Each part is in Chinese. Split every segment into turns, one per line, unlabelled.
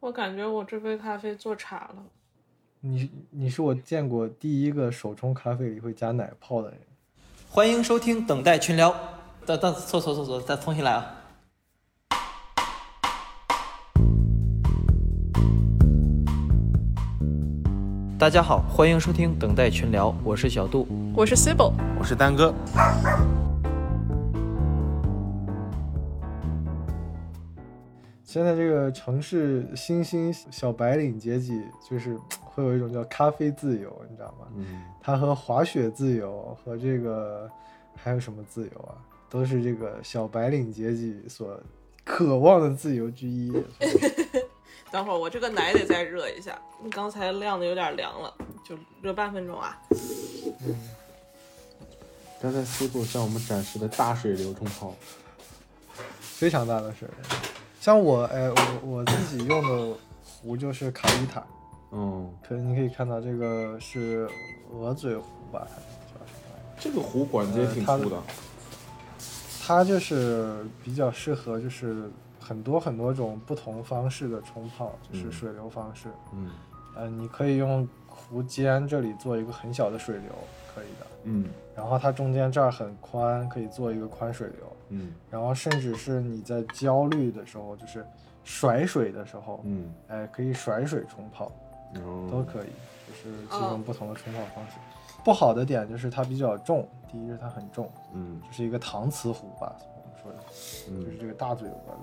我感觉我这杯咖啡做差了。
你你是我见过第一个手冲咖啡里会加奶泡的人。
欢迎收听等待群聊。等等，错错错错，再重新来啊！大家好，欢迎收听等待群聊，我是小杜。
我是 Sibyl，
我是丹哥。
现在这个城市新兴小白领阶级，就是会有一种叫咖啡自由，你知道吗？
嗯，
它和滑雪自由和这个还有什么自由啊，都是这个小白领阶级所渴望的自由之一。
等会儿我这个奶得再热一下，刚才晾的有点凉了，就热半分钟啊。
刚才 C 部向我们展示的大水流冲泡，
非常大的水。像我，哎，我我自己用的壶就是卡伊塔，
嗯，
可你可以看到这个是鹅嘴壶吧，还是叫什么玩意儿？
这个壶管子也挺粗的，
它就是比较适合就是很多很多种不同方式的冲泡，就是
嗯
水流方式。
嗯
呃，你可以用壶尖这里做一个很小的水流，可以的。
嗯
然后它中间这儿很宽，可以做一个宽水流。
嗯
然后甚至是你在焦虑的时候，就是甩水的时候，
嗯，
哎，可以甩水冲泡，
然后
都可以，就是几种不同的冲泡方式。不好的点就是它比较重，第一是它很重，
嗯
就是一个搪瓷壶吧，我们说的。就是
嗯
这个大嘴巴的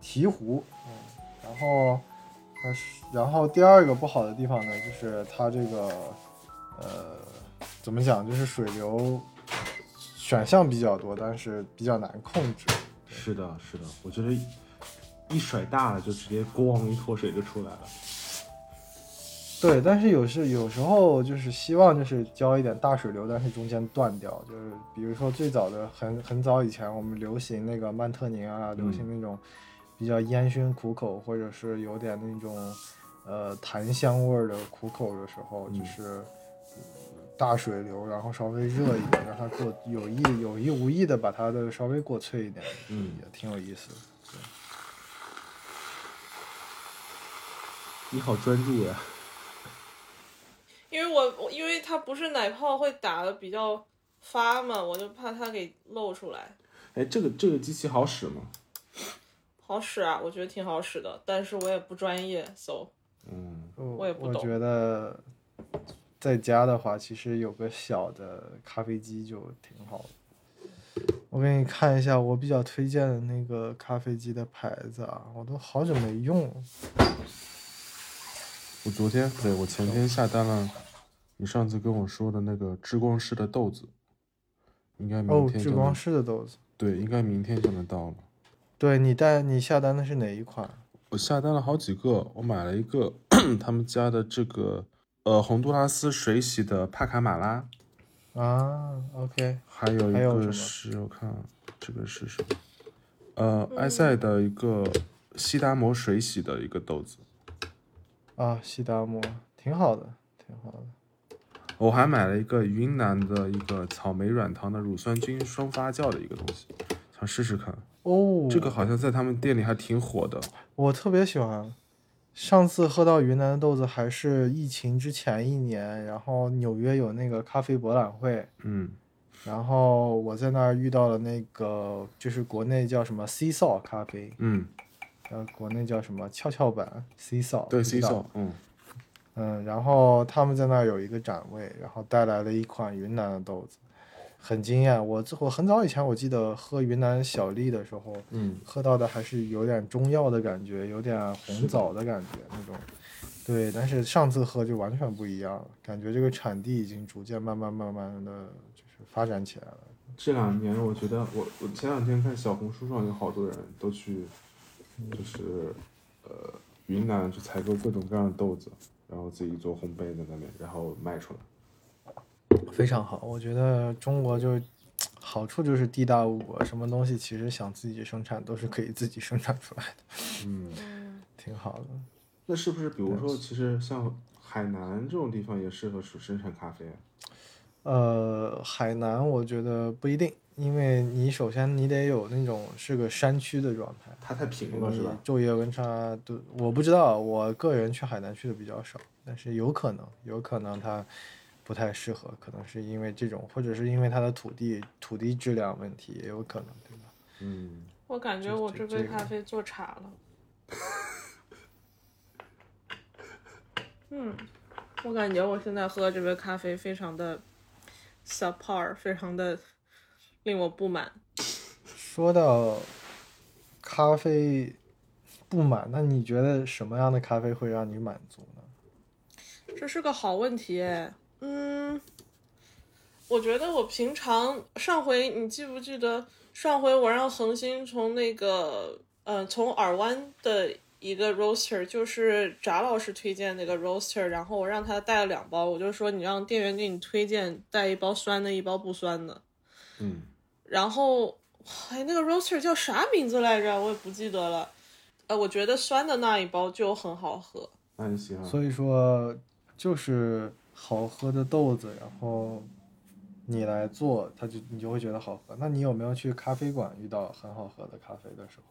鹈鹕，嗯，然后，呃，是然后第二个不好的地方呢，就是它这个，呃，怎么讲，就是水流选项比较多，但是比较难控制。
是的，是的，我觉得一一甩大了就直接咣一坨水就出来了，
对，但是有时有时候就是希望就是浇一点大水流，但是中间断掉，就是比如说最早的很很早以前，我们流行那个曼特宁啊，流
嗯
行那种比较烟熏苦口，或者是有点那种呃檀香味儿的苦口的时候，就
嗯
是大水流，然后稍微热一点，让它过有意有意无意的把它的稍微过脆一点，
嗯
也，挺有意思的。
你好专注呀、
因为我我因为它不是奶泡会打的比较发嘛，我就怕它给漏出来。
哎，这个这个机器好使吗？
好使啊，我觉得挺好使的，但是我也不专业，so
嗯，
我也不
我
懂
觉得在家的话，其实有个小的咖啡机就挺好的。我给你看一下我比较推荐的那个咖啡机的牌子啊，我都好久没用了。
我昨天不对，我前天下单了，你上次跟我说的那个之光式的豆子，应该明
哦，
天就
至
能、
光式的豆子，
对，应该明天就能到了。
对你带你下单的是哪一款？
我下单了好几个，我买了一个 他们家的这个呃洪都拉斯水洗的帕卡马拉，
啊，OK，
还有一
还有什么
个是我看这个是什么？呃，埃塞的一个西达摩水洗的一个豆子，
啊，西达摩挺好的，挺好的。
我还买了一个云南的一个草莓软糖的乳酸菌双发酵的一个东西，想试试看。
哦，
这个好像在他们店里还挺火的。
我特别喜欢。上次喝到云南的豆子还是疫情之前一年，然后纽约有那个咖啡博览会，
嗯
然后我在那儿遇到了那个，就是国内叫什么 C s a 咖啡，
嗯，
然后国内叫什么跷跷板 C s a
对，C 手，嗯
嗯，然后他们在那儿有一个展位，然后带来了一款云南的豆子，很惊艳。我这我很早以前我记得喝云南小粒的时候，
嗯，
喝到的还是有点中药的感觉，有点红枣的感觉那种。对，但是上次喝就完全不一样了，感觉这个产地已经逐渐慢慢慢慢的就是发展起来了。
这两年我觉得我我前两天看小红书上有好多人都去，嗯就是呃云南去采购各种各样的豆子，然后自己做烘焙在那边，然后卖出来。
非常好，我觉得中国就好处就是地大物博，什么东西其实想自己生产都是可以自己生产出来的，
嗯，
挺好的。
那是不是比如说，其实像海南这种地方也适合生生产咖啡啊？
呃，海南我觉得不一定，因为你首先你得有那种是个山区的状态，
它太平了是
你
吧？
昼夜温差对，我不知道，我个人去海南去的比较少，但是有可能，有可能它不太适合，可能是因为这种，或者是因为它的土地土地质量问题，也有可能，对吧？
嗯，
我感觉
这
我
这
这杯
这个
咖啡做差了。嗯，我感觉我现在喝这杯咖啡非常的 subpar，非常的令我不满。
说到咖啡不满，那你觉得什么样的咖啡会让你满足呢？
这是个好问题哎。嗯，我觉得我平常上回你记不记得上回我让恒星从那个呃从耳湾的一个 roaster，就是翟老师推荐那个 roaster，然后我让他带了两包，我就说你让店员给你推荐带一包酸的，一包不酸的。
嗯，
然后哎那个 roaster 叫啥名字来着？我也不记得了。呃，我觉得酸的那一包就很好喝。
那你喜欢？
所以说，就是好喝的豆子，然后你来做，它就你就会觉得好喝。那你有没有去咖啡馆遇到很好喝的咖啡的时候？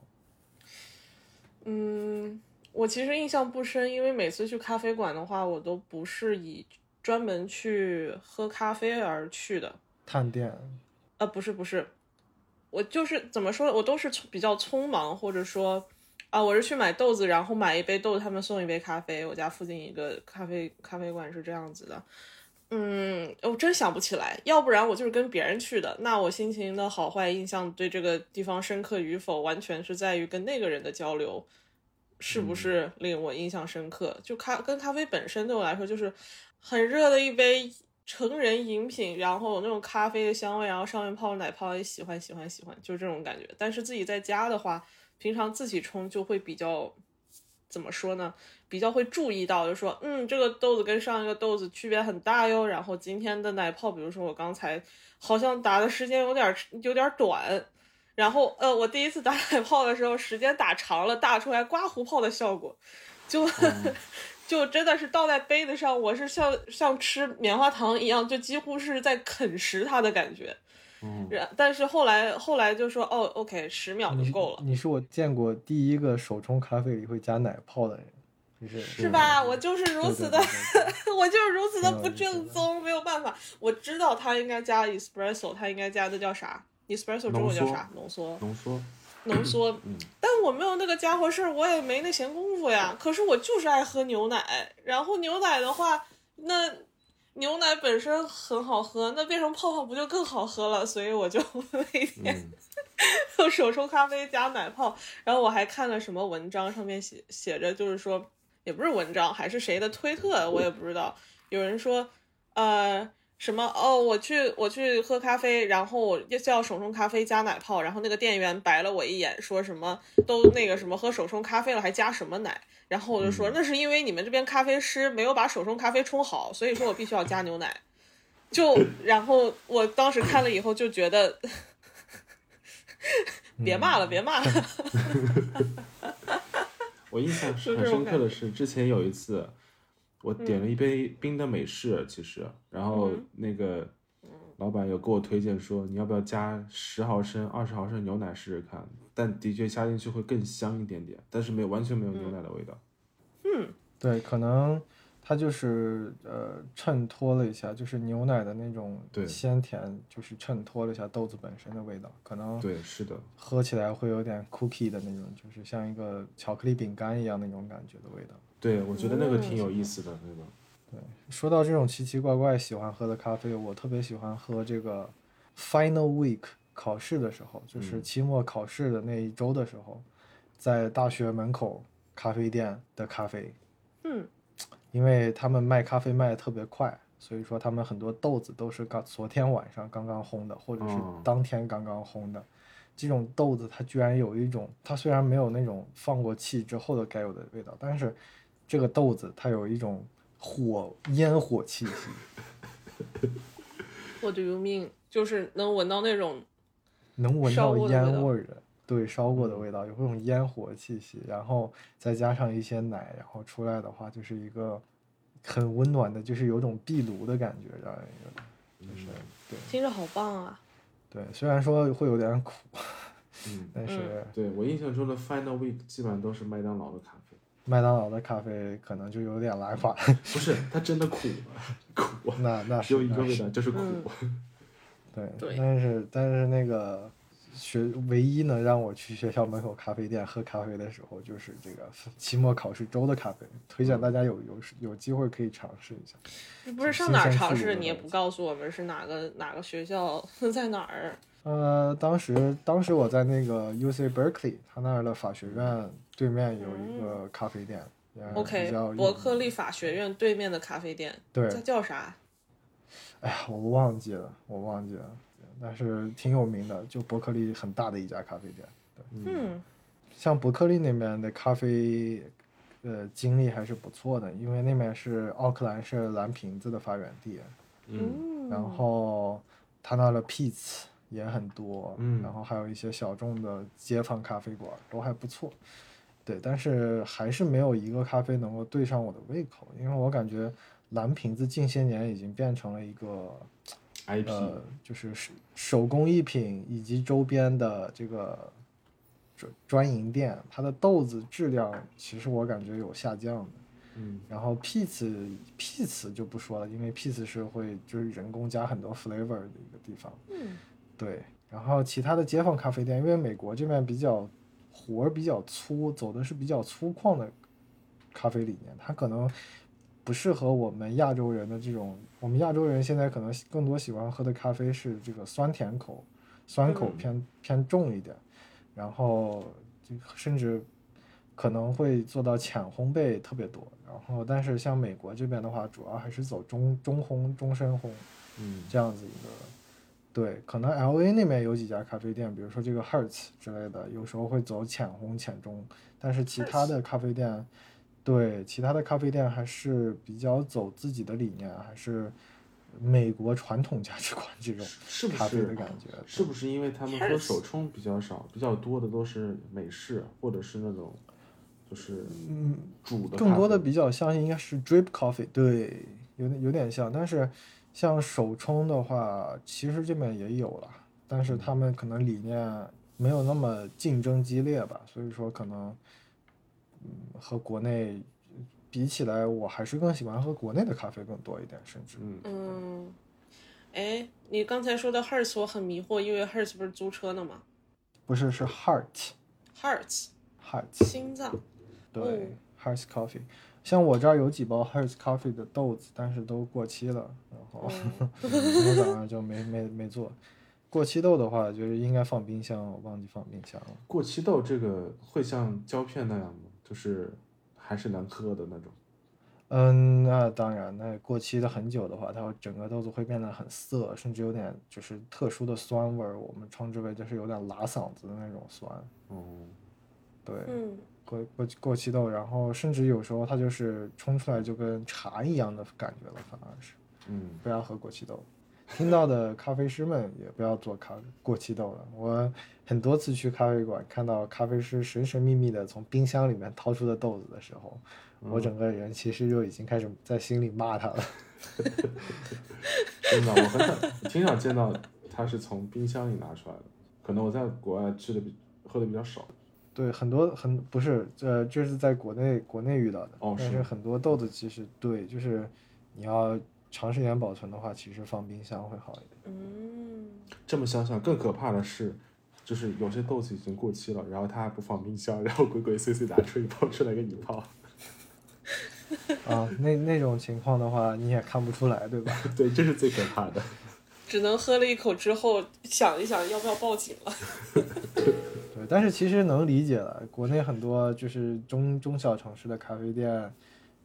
嗯，我其实印象不深，因为每次去咖啡馆的话，我都不是以专门去喝咖啡而去的。
探店，
啊，不是不是，我就是怎么说，我都是匆比较匆忙，或者说啊，我是去买豆子，然后买一杯豆子，他们送一杯咖啡。我家附近一个咖啡咖啡馆是这样子的。嗯，我真想不起来，要不然我就是跟别人去的。那我心情的好坏、印象对这个地方深刻与否，完全是在于跟那个人的交流，是不是令我印象深刻？就咖跟咖啡本身对我来说，就是很热的一杯成人饮品，然后有那种咖啡的香味，然后上面泡奶泡，也喜欢喜欢喜欢，就这种感觉。但是自己在家的话，平常自己冲就会比较怎么说呢？比较会注意到，就说嗯，这个豆子跟上一个豆子区别很大哟。然后今天的奶泡，比如说我刚才好像打的时间有点有点短。然后，呃，我第一次打奶泡的时候，时间打长了，打出来刮胡泡的效果，就、
嗯
就真的是倒在杯子上，我是像像吃棉花糖一样，就几乎是在啃食它的感觉。
嗯，
然但是后来后来就说，哦，OK，十秒
你
就是够了。
你是我见过第一个手冲咖啡里会加奶泡的人，就是
是吧？我就是如此的，
对对对 对
我就是如此的
是的
不
是
正
的
宗，没有办法。我知道它应该加 espresso，它应该加的叫啥？espresso 中
浓
文叫
缩
啥？浓缩，
浓缩，
浓缩。
嗯
但我没有那个家伙事儿，我也没那闲工夫呀。可是我就是爱喝牛奶，然后牛奶的话，那牛奶本身很好喝，那变成泡泡不就更好喝了？所以我就 每天
嗯，
用手冲咖啡加奶泡，然后我还看了什么文章，上面写写着就是说，也不是文章，还是谁的推特，我也不知道。有人说，呃，什么哦，我去我去喝咖啡，然后我就叫手冲咖啡加奶泡，然后那个店员白了我一眼，说什么都那个什么喝手冲咖啡了还加什么奶，然后我就说那是因为你们这边咖啡师没有把手冲咖啡冲好，所以说我必须要加牛奶。就然后我当时看了以后就觉得，别骂了，别骂了。
我印象
是这
很
种
深刻
感觉
的是，之前有一次，我点了一杯冰的美式，其实，然后
嗯
那个老板有给我推荐说，你要不要加十毫升、二十毫升牛奶试试看？但的确加进去会更香一点点，但是没有完全没有牛奶的味道。
对，可能它就是呃衬托了一下，就是牛奶的那种
对
鲜甜，就是衬托了一下豆子本身的味道，可
嗯
能
对，是的，
喝起来会有点 cookie 的那种，就是像一个巧克力饼干一样那种感觉的味道。
对我觉得那个挺有意思的，那个，
说到这种奇奇怪怪喜欢喝的咖啡，我特别喜欢喝这个 final week 考试的时候，就是
嗯
期末考试的那一周的时候，在大学门口咖啡店的咖啡。
嗯，
因为他们卖咖啡卖的特别快，所以说他们很多豆子都是刚昨天晚上刚刚烘的，或者是
哦
当天刚刚烘的。这种豆子它居然有一种，它虽然没有那种放过气之后的该有的味道，但是这个豆子它有一种火烟火气息。
What do you mean？就是能闻到那种
能闻
烧
到
过的味
烟
道
味儿，对，烧过
嗯
的味道，有那种烟火气息，然后再加上一些奶，然后出来的话就是一个很温暖的，就是有种壁炉的感觉，让人有
嗯
就是对
听着好棒啊！
对，虽然说会有点苦，
嗯，
但是
对我印象中的 Final Week 基本上都是麦当劳的咖啡，
麦当劳的咖啡可能就有点拉垮。
不是它真的苦，苦，啊
那那
只
啊是
有一个
那
味
是
道就是苦。
嗯
啊
对，
对
但是但是那个学唯一能让我去学校门口咖啡店喝咖啡的时候，就是这个期末考试周的咖啡，推
嗯
荐大家有有有机会可以尝试一下。
不是上
新
哪儿
鲜
尝
事物
试，
的
你也
东
不
西
告诉我们是哪个哪个学校 在哪儿。
呃，当时当时我在那个 U C Berkeley，他那儿的法学院对面有一个咖啡店。呃
嗯 OK，
比较
伯克利法学院对面的咖啡店，
对，
它叫啥？
哎呀，我忘记了，我忘记了，但是挺有名的，就伯克利很大的一家咖啡店。
嗯，
像伯克利那边的咖啡，呃，经历还是不错的，因为那边是奥克兰是蓝瓶子的发源地，
嗯
然后他那儿的 Peats 也很多，
嗯
然后还有一些小众的街坊咖啡馆都还不错，对，但是还是没有一个咖啡能够对上我的胃口，因为我感觉蓝瓶子近些年已经变成了一个
，IP，
呃，就是手手工艺品以及周边的这个专专营店，它的豆子质量其实我感觉有下降的。
嗯
然后 peats peats 就不说了，因为 peats 是会就是人工加很多 flavor 的一个地方。
嗯，
对。然后其他的街坊咖啡店，因为美国这边比较活儿比较粗，走的是比较粗犷的咖啡理念，它可能不适合我们亚洲人的这种。我们亚洲人现在可能更多喜欢喝的咖啡是这个酸甜口，酸口
嗯
偏、偏重一点，然后就甚至可能会做到浅烘焙特别多。然后，但是像美国这边的话，主要还是走中中烘、中深烘。
嗯
这样子一个。对，可能 L A 那边有几家咖啡店，比如说这个 Hertz 之类的，有时候会走浅烘、浅中，但是其他的咖啡店，对其他的咖啡店还是比较走自己的理念，还是美国传统价值观这种
是不
咖啡
是
的感觉。
是不是因为他们
还是
喝手冲比较少，比较多的都是美式或者是那种就是
嗯，
煮的咖啡，
更多的比较像应该是 drip coffee，对，有点有点像，但是像手冲的话，其实这边也有了，但
嗯
是他们可能理念没有那么竞争激烈吧，所以说可能，嗯，和国内比起来，我还是更喜欢喝国内的咖啡更多一点，甚至，
嗯
嗯，哎，你刚才说的 Hertz 我很迷惑，因为 Hertz 不是租车呢吗
不是是 heart
？Hertz
heart，
心脏，
对、
哦
heart coffee，像我这儿有几包 heart coffee 的豆子，但是都过期了，然后。
嗯
今天早上就没没没做。过期豆的话，就是应该放冰箱，我忘记放冰箱了。
过期豆这个会像胶片那样吗？就是还是难喝的那种。
嗯，那当然，那过期的很久的话，它会整个豆子会变得很涩，甚至有点就是特殊的酸味儿，我们称之为就是有点拉嗓子的那种酸。
哦，
对，
嗯，
过过过期豆，然后甚至有时候它就是冲出来就跟茶一样的感觉了，反而是
嗯，
不要喝过期豆。听到的咖啡师们也不要做咖过期豆了。我很多次去咖啡馆，看到咖啡师神神秘秘的从冰箱里面掏出的豆子的时候，我整个人其实就已经开始在心里骂他了。
真的，我很少挺少见到它是从冰箱里拿出来的。可能我在国外吃的比喝的比较少。
对，很多很不是，呃，这是在国内国内遇到的，
哦
但
是
是很多豆子其实对，就是你要长时间保存的话，其实放冰箱会好一点。
嗯，
这么想想，更可怕的是，就是有些豆子已经过期了，然后它还不放冰箱，然后鬼鬼祟祟拿出一包出来给你泡。
啊， 那那种情况的话，你也看不出来，对吧？
对，这是最可怕的。
只能喝了一口之后想一想要不要报警了。
对，但是其实能理解了，国内很多就是中中小城市的咖啡店，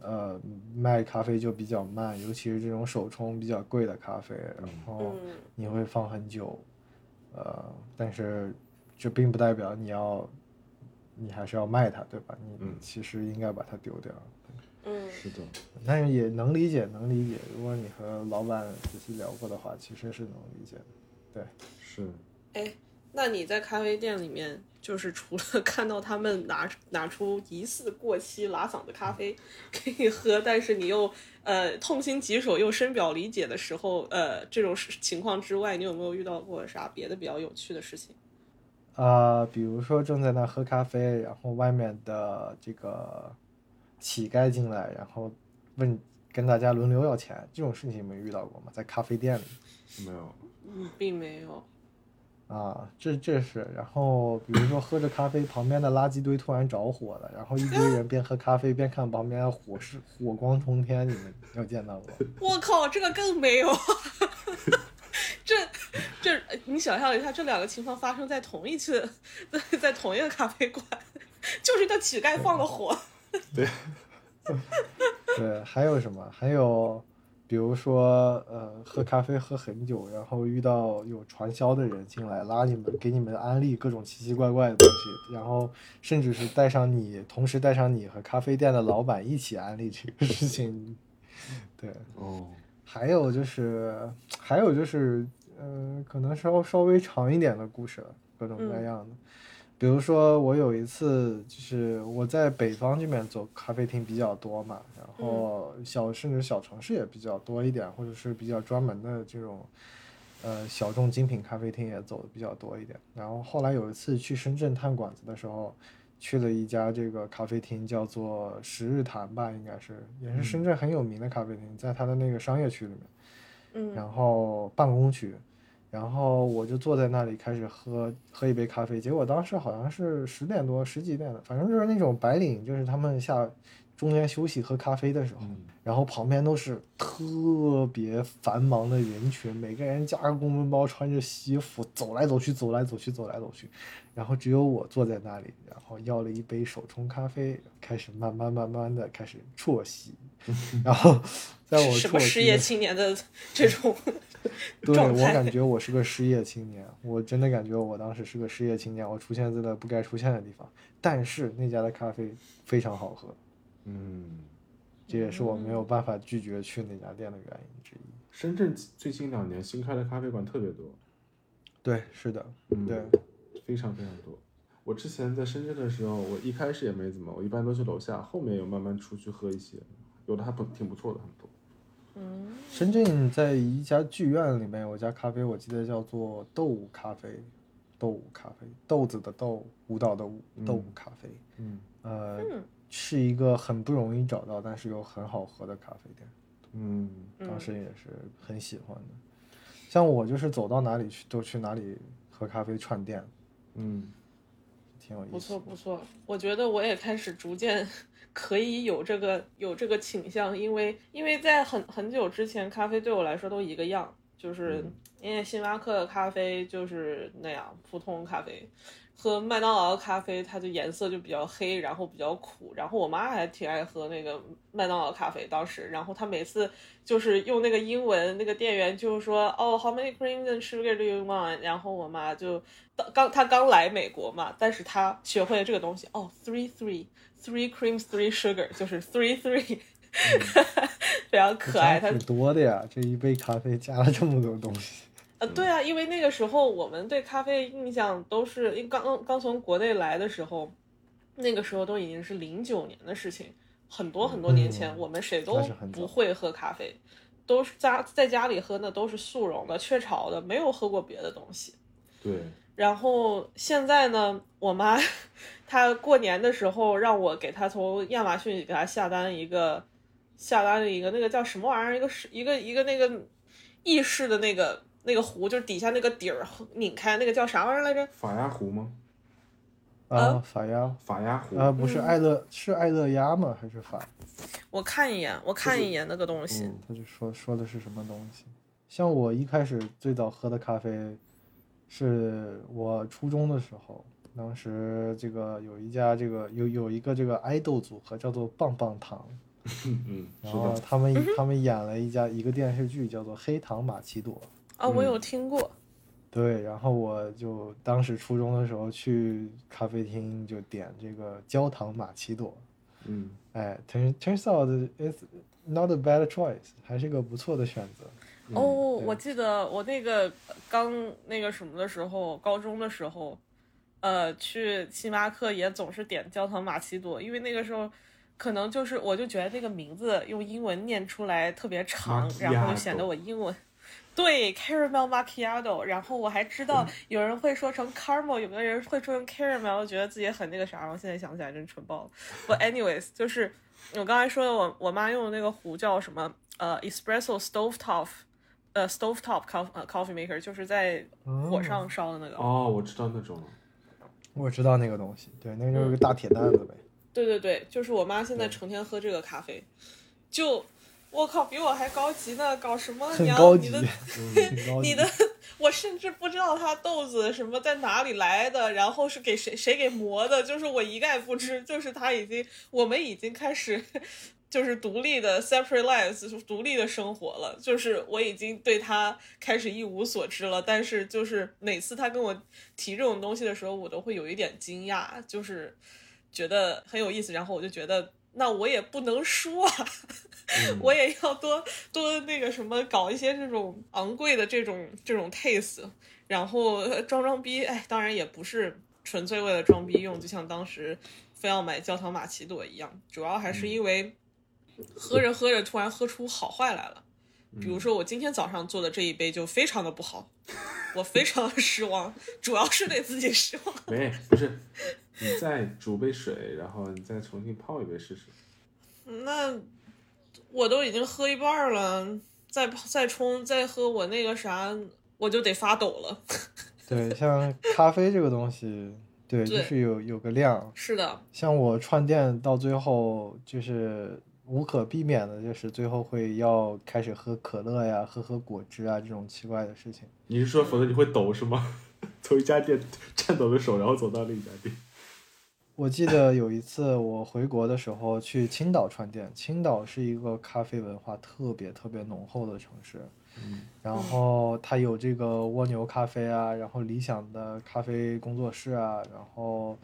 呃，卖咖啡就比较慢，尤其是这种手冲比较贵的咖啡，然后
嗯，
你会放很久，呃，但是这并不代表你要，你还是要卖它，对吧？你
嗯
你其实应该把它丢掉，
嗯，
是的，
但是也能理解，能理解。如果你和老板仔细聊过的话，其实是能理解的。
是。
哎，那你在咖啡店里面，就是除了 看到他们拿拿出疑似过期拉嗓的咖啡给你喝，但是你又呃痛心疾首又深表理解的时候，呃这种事情况之外，你有没有遇到过啥别的比较有趣的事情？
啊、比如说正在那喝咖啡，然后外面的这个乞丐进来，然后问跟大家轮流要钱，这种事情你们遇到过吗？在咖啡店里
没有，
嗯，并没有。
啊，这这是，然后比如说喝着咖啡，旁边的垃圾堆突然着火了，然后一堆人边喝咖啡边看旁边火势火光冲天，你们有见到过？
我靠，这个更没有。 这这，呃你想象一下，这两个情况发生在同一次，在在同一个咖啡馆，就是那乞丐放的火。
对，还有什么？还有，比如说，呃，喝咖啡喝很久，然后遇到有传销的人进来拉你们，给你们安利各种奇奇怪怪的东西，然后甚至是带上你，同时带上你和咖啡店的老板一起安利这个事情。 对，
哦，
还有就是，还有就是，嗯，可能稍稍微长一点的故事了，各种各
嗯
样的。比如说，我有一次就是我在北方这边走咖啡厅比较多嘛，然后小甚至小城市也比较多一点，或者是比较专门的这种，呃，小众精品咖啡厅也走的比较多一点。然后后来有一次去深圳探馆子的时候，去了一家这个咖啡厅，叫做十日谈吧，应该是也是深圳很有名的咖啡厅，在它的那个商业区里面。
嗯
然后办公区，然后我就坐在那里开始喝喝一杯咖啡。结果当时好像是十点多、十几点的，反正就是那种白领，就是他们下中间休息喝咖啡的时候，
嗯
然后旁边都是特别繁忙的人群，每个人夹着公文包，穿着西服走来走去，走来走去，走来走去，然后只有我坐在那里，然后要了一杯手冲咖啡，开始慢慢慢慢的开始 啜吸，然后在我
什么
啜
失
吸
业
的
青年的这 种
对
状
我
态
感觉我是个失业青年，我真的感觉我当时是个失业青年，我出现在了不该出现的地方。但是那家的咖啡非常好喝，
嗯，
这也是我没
嗯
有办法拒绝去那家店的原因之一。
深圳最近两年新开的咖啡馆特别多，
对，是的，
嗯
对，
非常非常多。我之前在深圳的时候，我一开始也没怎么，我一般都去楼下，后面有慢慢出去喝一些，有的还不挺不错的，很多。
嗯
深圳在一家剧院里面有一家咖啡，我记得叫做豆舞咖啡，豆舞咖啡，豆子的豆，舞蹈的舞，豆舞
嗯
咖啡，
嗯
呃，
嗯
是一个很不容易找到，但是又很好喝的咖啡店。
嗯，
当
嗯
时也是很喜欢的。像我就是走到哪里去都去哪里喝咖啡串店，
嗯，
挺有意思。
不错不错，我觉得我也开始逐渐可以有这个有这个倾向，因为因为在很很久之前，咖啡对我来说都一个样，就是
嗯
因为星巴克的咖啡就是那样普通咖啡，喝麦当劳的咖啡它的颜色就比较黑，然后比较苦，然后我妈还挺爱喝那个麦当劳咖啡，当时，然后她每次就是用那个英文，那个店员就是说哦、h o w many creams and sugar do you want？然后我妈就刚她刚来美国嘛，但是她学会了这个东西，哦、t h r e e three three creams three sugar，就是 three three，、非 常可爱。她
挺多的呀，这一杯咖啡加了这么多东西。
呃，对啊，因为那个时候我们对咖啡印象都是因为刚刚从国内来的时候，那个时候都已经是零九年的事情，很多很多年前，
嗯
我们谁都
那是很早
不会喝咖啡，都是家在家里喝那都是速溶的、雀巢的，没有喝过别的东西。
对，
然后现在呢，我妈她过年的时候让我给她从亚马逊给她下单一个下单了一个那个叫什么玩意儿，一个是一个一个那个意式的那个那个壶，就是底下那个底儿拧开那个叫啥玩意儿来着？
法压壶吗？
啊，法压
法压壶，
啊，不是
嗯
爱乐，是爱乐压吗？还是法？
我看一眼，我看一眼那个东西。
嗯，
他就说说的是什么东西？像我一开始最早喝的咖啡，是我初中的时候，当时这个有一家这个有有一个这个爱豆组合叫做棒棒糖，
嗯嗯，
然
是
后
的，
他们他们演了一家一个电视剧叫做《黑糖玛奇朵》，
啊，我有听过。
对，然后我就当时初中的时候去咖啡厅就点这个焦糖玛奇朵，
嗯，
哎，turn turns out it's not a bad choice，还是个不错的选择。
嗯
哦，我记得我那个刚那个什么的时候，高中的时候，呃，去星巴克也总是点焦糖玛奇朵，因为那个时候可能就是我就觉得那个名字用英文念出来特别长，
Macchiato
然后就显得我英文。对，caramel macchiato，然后我还知道
嗯
有人会说成 caramel，有的人会说成 caramel，我觉得自己很那个啥，我现在想起来真蠢爆了。But anyways，就是我刚才说的，我我妈用的那个壶叫什么？呃，espresso stovetop，呃，stovetop coffee、呃 coffee maker，就是在火上烧的那个。
哦，我知道那 种了。
我知道那个东西，对，那个就是个大铁蛋子呗。
对对对，就是我妈现在成天喝这个咖啡，就我靠，比我还高级呢，搞什么
很
娘？
高级
哦你的
很
嗯
高级
你的，我甚至不知道它豆子什么在哪里来的，然后是给谁谁给磨的，就是我一概不知。就是他已经，我们已经开始就是独立的 separate lives，就是独立的生活了。就是我已经对他开始一无所知了。但是就是每次他跟我提这种东西的时候，我都会有一点惊讶，就是觉得很有意思。然后我就觉得。那我也不能输啊， 我也要多多那个什么，搞一些这种昂贵的这种这种 taste，然后呃装装逼。哎，当然也不是纯粹为了装逼用，就像当时非要买焦糖玛奇朵一样，主要还是因为喝着喝着突然喝出好坏来了。比
嗯
如说我今天早上做的这一杯就非常的不好，我非常的失望， 主要是对自己失望。
没，不是，你再煮杯水，然后你再重新泡一杯试试。
那我都已经喝一半儿了，再再冲再喝我那个啥，我就得发抖了。
对，像咖啡这个东西，对，就
对
是有有个量。
是的，
像我串店到最后，就是无可避免的，就是最后会要开始喝可乐呀，喝喝果汁啊这种奇怪的事情。
你是说，否则你会抖是吗？ 从一家店颤抖的手，然后走到另一家店。
我记得有一次我回国的时候去青岛串店，青岛是一个咖啡文化特别特别浓厚的城市，然
嗯
后它有这个蜗牛咖啡啊，然后理想的咖啡工作室啊，然后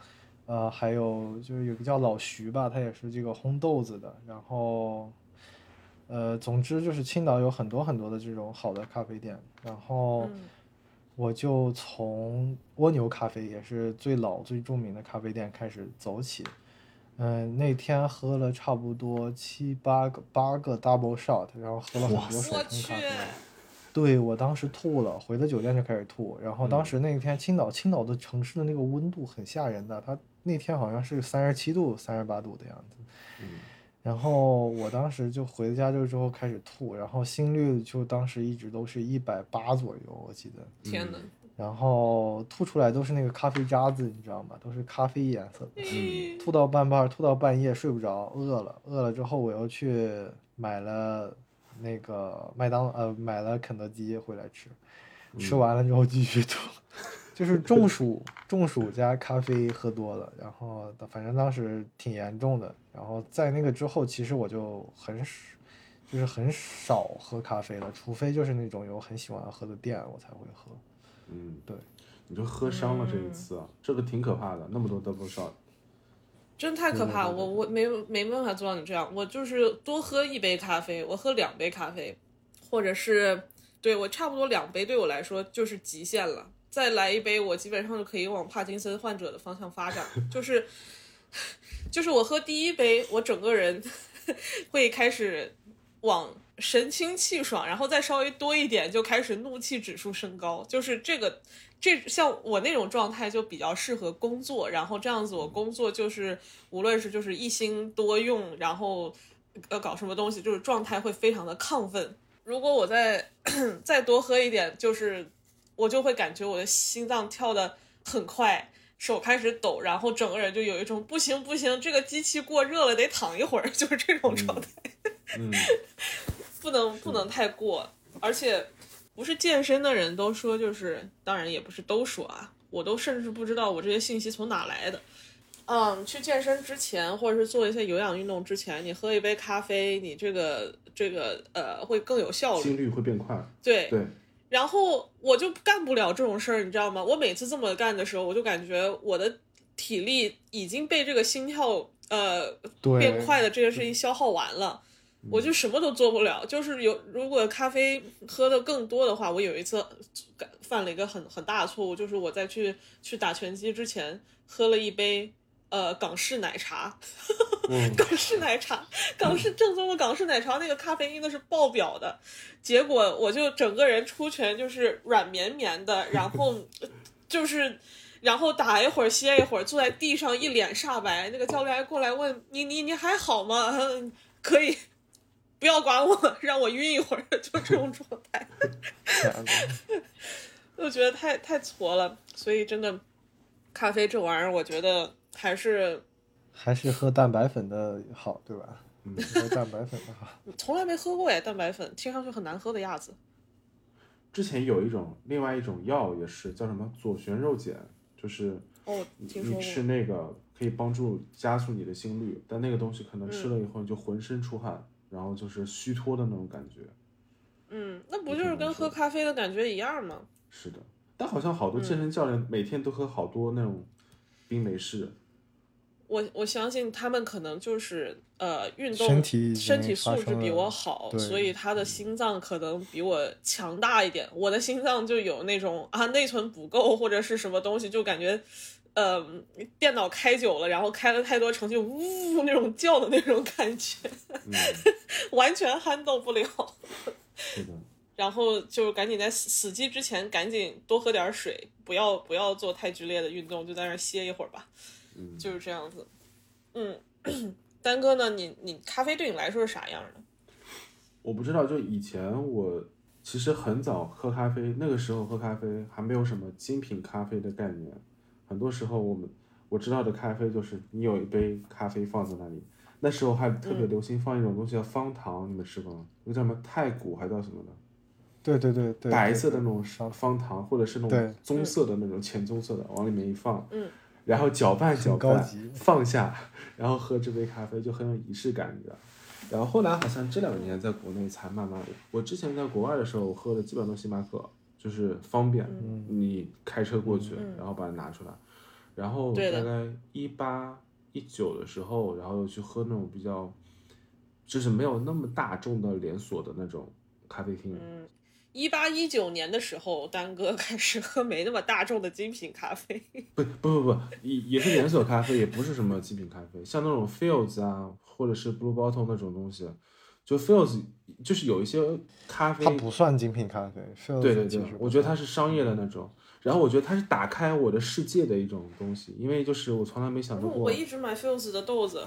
呃还有就是有个叫老徐吧，他也是这个烘豆子的，然后呃总之就是青岛有很多很多的这种好的咖啡店，然后。
嗯
我就从蜗牛咖啡，也是最老最著名的咖啡店开始走起。嗯，那天喝了差不多七八个八个 double shot，然后喝了很多手
我
冲
去
咖，啡。对我当时吐了，回到酒店就开始吐。然后当时那天青岛，青岛的城市的那个温度很吓人的，它那天好像是三十七度、三十八度的样子。然后我当时就回家就之后开始吐，然后心率就当时一直都是一百八左右，我记得。
天哪！
然后吐出来都是那个咖啡渣子，你知道吗？都是咖啡颜色的。
嗯
吐到半半儿，吐到半夜睡不着，饿了，饿了之后我又去买了那个麦当呃买了肯德基回来吃，吃完了之后继续吐， 就是中暑，中暑加咖啡喝多了，然后反正当时挺严重的，然后在那个之后，其实我就很少，就是很少喝咖啡了，除非就是那种有很喜欢喝的店我才会喝。
嗯，
对，
你就喝伤了这一次
嗯
啊，这个挺可怕的，那么多 double shot。
真太可怕！
对对对
我我没没办法做到你这样，我就是多喝一杯咖啡，我喝两杯咖啡，或者是对我差不多两杯对我来说就是极限了。再来一杯，我基本上就可以往帕金森患者的方向发展。就是 就是我喝第一杯，我整个人 会开始往神清气爽，然后再稍微多一点就开始怒气指数升高，就是这个这像我那种状态就比较适合工作，然后这样子我工作就是无论是就是一心多用，然后呃搞什么东西，就是状态会非常的亢奋。如果我再 再多喝一点，就是我就会感觉我的心脏跳的很快，手开始抖，然后整个人就有一种不行不行，这个机器过热了，得躺一会儿， 就是这种状态。
嗯，
不能不能太过，而且不是健身的人都说，就是当然也不是都说啊，我都甚至不知道我这些信息从哪来的。嗯，去健身之前，或者是做一些有氧运动之前，你喝一杯咖啡，你这个这个呃会更有效率。
心率会变快。
对，
对，
然后我就干不了这种事儿，你知道吗？我每次这么干的时候，我就感觉我的体力已经被这个心跳呃
对，
变快的这个事情消耗完了。我就什么都做不了。就是有如果咖啡喝的更多的话，我有一次干犯了一个很很大的错误，就是我在去去打拳击之前喝了一杯呃港式奶茶，
嗯，
港式奶茶，港式正宗的港式奶茶，那个咖啡因的是爆表的，结果我就整个人出拳就是软绵绵的，然后就是。然后打一会儿，歇一会儿，坐在地上一脸煞白。那个教练还过来问你：“你你还好吗？” 嗯可以，不要管我，让我晕一会儿，就这种状态，
天呐
我觉得太太挫了。所以真的，咖啡这玩意儿，我觉得还是
还是喝蛋白粉的好，对吧？
嗯
喝蛋白粉的好。
从来没喝过哎，蛋白粉听上去很难喝的样子。
之前有一种另外一种药也是叫什么左旋肉碱，就是
哦，
你
听说
你
过。
吃那个可以帮助加速你的心率，但那个东西可能
嗯
吃了以后你就浑身出汗，然后就是虚脱的那种感觉。
嗯，那不就是跟喝咖啡的感觉一样吗？
是的，但好像好多健身教练每天都喝好多那种冰美式，
我我相信他们可能就是呃运动
身体已经
身体素
发
质
生
比
了
我好，
对嗯
所以他的心脏可能比我强大一点。我的心脏就有那种啊内存不够或者是什么东西，就感觉。呃，电脑开久了，然后开了太多程序，呜那种叫的那种感觉，
嗯，
完全 handle 不了。
是的，
然后就赶紧在死死机之前，赶紧多喝点水，不要不要做太剧烈的运动，就在那儿歇一会儿吧，
嗯，
就是这样子。嗯，丹哥呢？你你咖啡对你来说是啥样的？
我不知道，就以前我其实很早喝咖啡，那个时候喝咖啡还没有什么精品咖啡的概念，很多时候我们我知道的咖啡就是你有一杯咖啡放在那里。那时候还特别流行放一种东西叫方糖，你们吃过吗？那个叫什么太古还叫什么的？
对对对对，
白
对
色的那种
上
方糖，或者是那
对
种棕色的那种浅棕色的，往里面一放，
嗯，
然后搅拌搅
高
拌
级，
放下，然后喝这杯咖啡就很有仪式感，你知道。然后后来好像这两年在国内才慢慢，我之前在国外的时候，我喝的基本上都星巴克，就是方便，
嗯
你开车过去，然后把它拿出来。然后
对的
大概一八一九的时候，然后又去喝那种比较，就是没有那么大众的连锁的那种咖啡厅，
一八一九年的时候，丹哥 开始喝没那么大众的精品咖啡。
不不不不，也也是连锁咖啡，也不是什么精品咖啡，像那种 Fields 啊，或者是 Blue Bottle 那种东西，就 Fields 就是有一些咖啡
它，不算精品咖啡，是
对对
其
对
实，不
我觉得
算
它是商业的那种，然后我觉得它是打开我的世界的一种东西，因为就是我从来没想到过
我，一直买 Fuse 的豆子，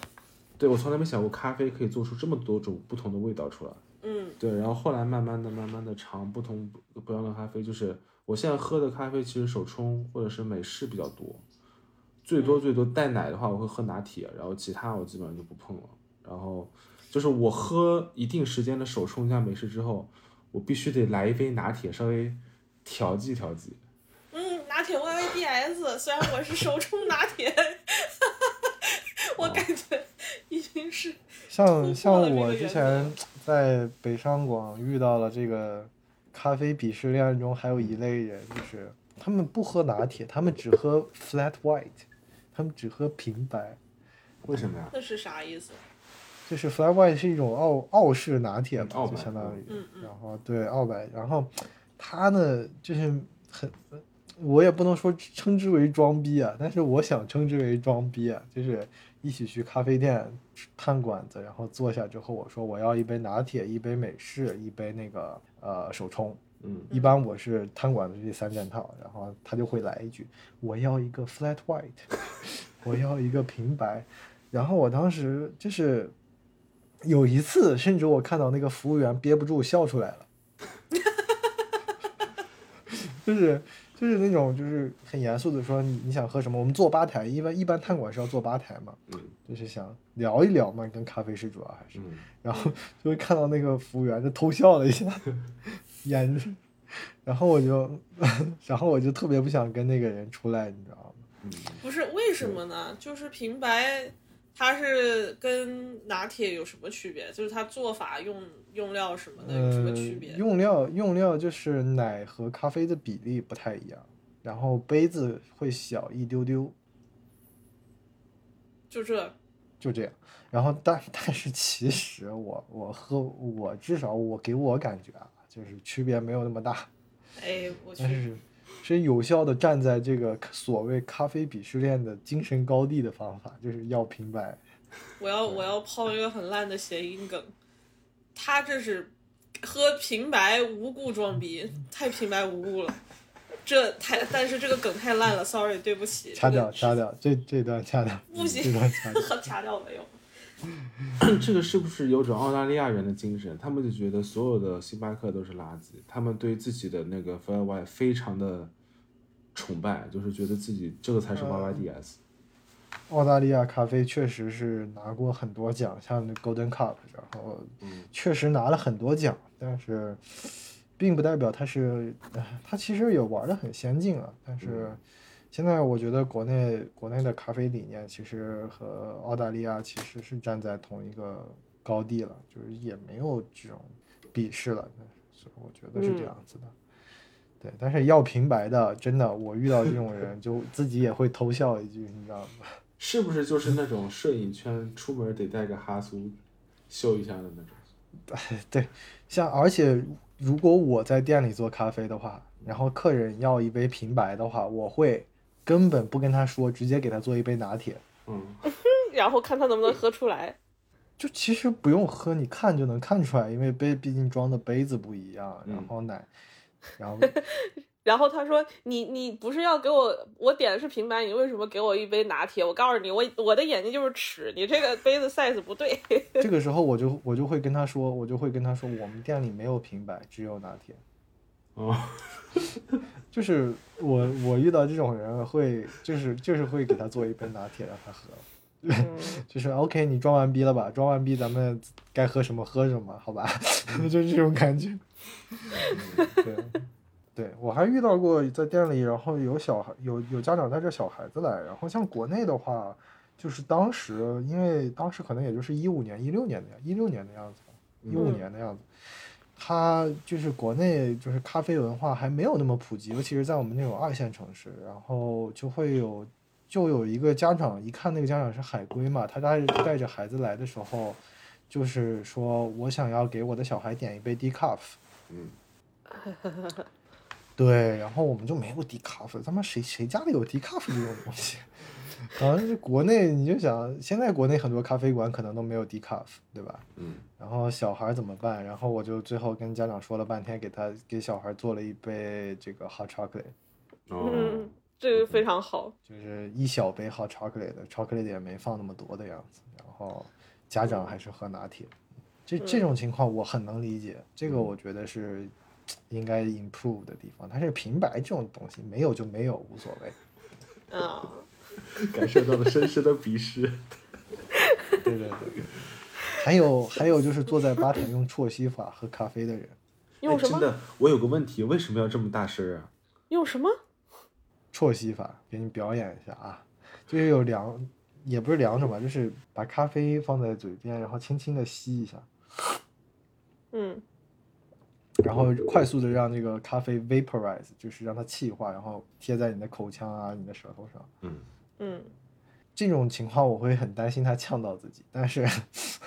对我从来没想过咖啡可以做出这么多种不同的味道出来。
嗯，
对，然后后来慢慢的、慢慢的尝不同不不一样的咖啡，就是我现在喝的咖啡其实手冲或者是美式比较多，最多最多带奶的话我会喝拿铁，然后其他我基本上就不碰了。然后就是我喝一定时间的手冲加美式之后，我必须得来一杯拿铁，稍微调剂调剂。
嗯，拿铁 YYDS，虽然我是手冲拿铁， 我感觉已经是
像
突破了
像
嗯这
我
个
之
原
前在北上广遇到了这个咖啡鄙视链中，还有一类人，就是他们不喝拿铁，他们只喝 flat white，他们只喝平白。
为什么呀？
那是啥意思？
就是 flat white 是一种澳澳式拿铁
嗯澳
嘛，就
白
相当于
嗯嗯，
然后对澳白，然后他呢就是很，我也不能说称之为装逼啊，但是我想称之为装逼啊，就是一起去咖啡店探馆子，然后坐下之后，我说我要一杯拿铁，一杯美式，一杯那个呃手冲，
嗯，
一般我是摊馆的这三件套，然后他就会来一句：“我要一个 flat white，我要一个平白。”然后我当时就是有一次，甚至我看到那个服务员憋不住笑出来了， 就是就是那种就是很严肃的说你你想喝什么？我们坐吧台，一般一般摊馆是要坐吧台嘛，
嗯
就是想聊一聊嘛，跟咖啡师主要还是。
嗯，
然后就会看到那个服务员就偷笑了一下，眼睛，然后我就，然后我就特别不想跟那个人出来，你知道吗？
嗯
不是为什么呢？就是平白，它是跟拿铁有什么区别？就是它做法、用用料什么的有什么区别？
呃、用料用料就是奶和咖啡的比例不太一样，然后杯子会小一丢丢，
就这，
就这样。然后但但是其实我我喝我至少我给我感觉啊，就是区别没有那么大，
哎，我
但
去，
是是有效的站在这个所谓咖啡鄙视链的精神高地的方法，就是要平白。
我要我要抛一个很烂的谐音梗，他这是喝平白无故装逼，太平白无故了。这太，但是这个梗太烂了，sorry，对不起。
掐掉，
这
掐掉，这这段掐掉，
不行
这段掐掉。
个 掐掉没有？
这个是不是有种澳大利亚人的精神？他们就觉得所有的星巴克都是垃圾，他们对自己的那个 f l y 非常的崇拜，就是觉得自己这个才是 YYDS。
澳大利亚咖啡确实是拿过很多奖，像那 Golden Cup，然后确实拿了很多奖，但是并不代表它是，呃它其实也玩的很先进了，但是现在我觉得国内国内的咖啡理念其实和澳大利亚其实是站在同一个高地了，就是也没有这种鄙视了，所以我觉得是这
嗯
样子的。对，但是要平白的，真的，我遇到这种人，就自己也会偷笑一句，你知道吗？
是不是就是那种摄影圈出门得带个哈苏秀一下的那种？
像而且如果我在店里做咖啡的话，然后客人要一杯平白的话，我会根本不跟他说，直接给他做一杯拿铁。
嗯，
哎然后看他能不能喝出来。
就其实不用喝，你看就能看出来，因为杯毕竟装的杯子不一样，然
嗯
后奶，然后
然后他说：“你你不是要给我，我点的是平白，你为什么给我一杯拿铁？我告诉你，我我的眼睛就是尺，你这个杯子 size 不 对。
这个时候我就我就会跟他说，我就会跟他说，我们店里没有平白，只有拿铁。
哦，
就是我我遇到这种人会就是就是会给他做一杯拿铁让他喝。就是 OK，你装完逼了吧？装完逼，咱们该喝什么喝什么，好吧？ 就是这种感觉。对， 对我还遇到过在店里，然后有小孩，有有家长带着小孩子来。然后像国内的话，就是当时因为当时可能也就是一五年、一六年的一六年的样子吧，一五
嗯
年的样子。它就是国内就是咖啡文化还没有那么普及，尤其是在我们那种二线城市，然后就会有就有一个家长，一看那个家长是海归嘛，他带带着孩子来的时候，就是说我想要给我的小孩点一杯 decaf，
嗯，
对，然后我们就没有 decaf，他妈谁谁家里有 decaf 这种东西？ 好像是国内，你就想现在国内很多咖啡馆可能都没有 decaf，对吧？
嗯。
然后小孩儿怎么办？然后我就最后跟家长说了半天，给他给小孩儿做了一杯这个 hot chocolate。
哦
嗯，，这个非常好。
就是一小杯好 chocolate 的，chocolate 也没放那么多的样子，然后家长还是喝拿铁，这这种情况我很能理解，这个我觉得是应该 improve 的地方。但是平白这种东西没有就没有无所谓，
啊，
感受到了深深的 鄙视。
对对对。 还有还有就是坐在吧台用啜吸法喝咖啡的人，
用
哎
什
真
么？
的，我有个问题，为什么要这么大声啊？
用什么？
啜吸法给你表演一下啊，就是有两也不是两种吧，就是把咖啡放在嘴边，然后轻轻的吸一下。
嗯，
然后快速的让这个咖啡 vaporize，就是让它气化，然后贴在你的口腔啊、你的舌头上。
嗯，
嗯，
这种情况我会很担心它呛到自己，但是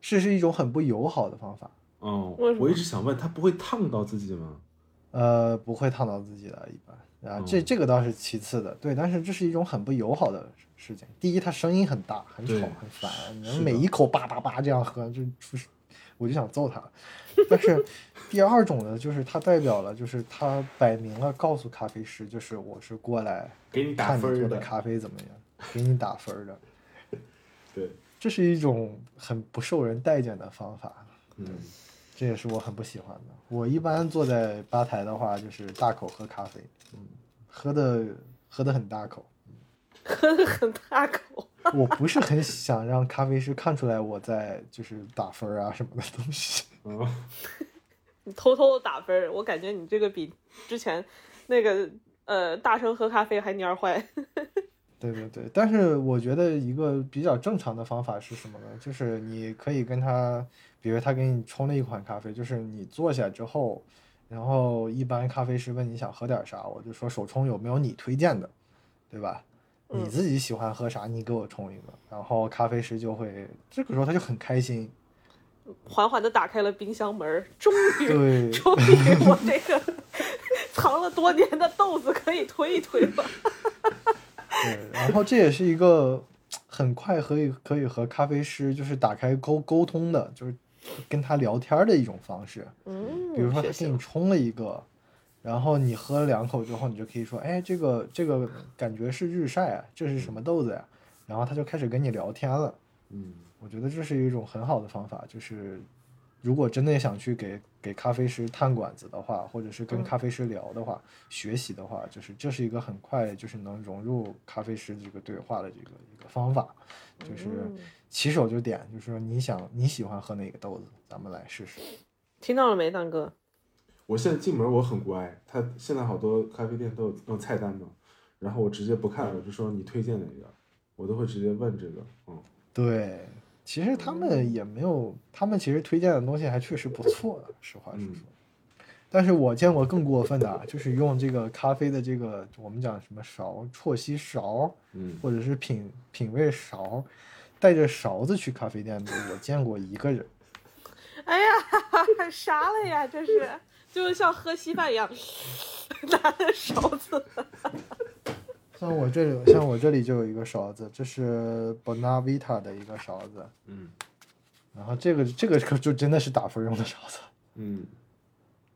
这是一种很不友好的方法，
哦
为什，么
我一直想问，他不会烫到自己吗？
呃，不会烫到自己的，一般啊，这
嗯
这个倒是其次的，对，但是这是一种很不友好的事情。第一，它声音很大，很吵
对，
很烦，
是
你每
的
一口叭叭叭这样喝，就出事，我就想揍他。但是第二种呢，就是它代表了，就是它摆明了告诉咖啡师，就是我是过来
给你打
看你
分
做
儿
的
的，
咖啡怎么样，给你打分儿的。
对，
这是一种很不受人待见的方法，
嗯，
这也是我很不喜欢的。我一般坐在吧台的话，就是大口喝咖啡，嗯，喝的喝的很大口。
喝的很大口。
我不是很想让咖啡师看出来我在就是打分儿啊什么的东西。
哦，
你偷偷的打分儿，我感觉你这个比之前那个呃大声喝咖啡还蔫儿坏。
对对对，但是我觉得一个比较正常的方法是什么呢？就是你可以跟他，比如他给你冲了一款咖啡，就是你坐下之后，然后一般咖啡师问你想喝点啥，我就说手冲有没有你推荐的，对吧？你自己喜欢喝啥，你给我冲一个。然后咖啡师就会这个时候他就很开心，
缓缓的打开了冰箱门 儿，终于，
对，
终于我这个藏了多年的豆子可以推一推 了。
对，然后这也是一个很快可以可以和咖啡师就是打开沟沟通的，就是跟他聊天儿的一种方式。
嗯，
比如说他
学习
给你
了
冲了一个，然后你喝了两口之后，你就可以说，哎，这个这个感觉是日晒啊，这是什么豆子呀、然后他就开始跟你聊天了。
嗯，
我觉得这是一种很好的方法，就是如果真的想去给给咖啡师探馆子的话，或者是跟
嗯
咖啡师聊的话，学习的话，就是这是一个很快就是能融入咖啡师这个对话的这个一个方法，就是
嗯
起手就点，就是说你想你喜欢喝哪个豆子，咱们来试试。
听到了没，蛋哥？
我现在进门我很乖，他现在好多咖啡店都有那种菜单嘛，然后我直接不看，我就说你推荐哪个，我都会直接问这个，嗯，
对，其实他们也没有，他们其实推荐的东西还确实不错的，实话实说。但是我见过更过分的啊，就是用这个咖啡的这个我们讲什么勺、啜吸勺，
嗯
或者是品品味勺，带着勺子去咖啡店的，我见过一个人。
哎呀， 啥了呀？这是， 就是像喝稀饭一样， 拿着勺子。
像我这里，像我这里就有一个勺子，这是 Bonavita 的一个勺子，
嗯
然后这个这个可就真的是打分用的勺子。
嗯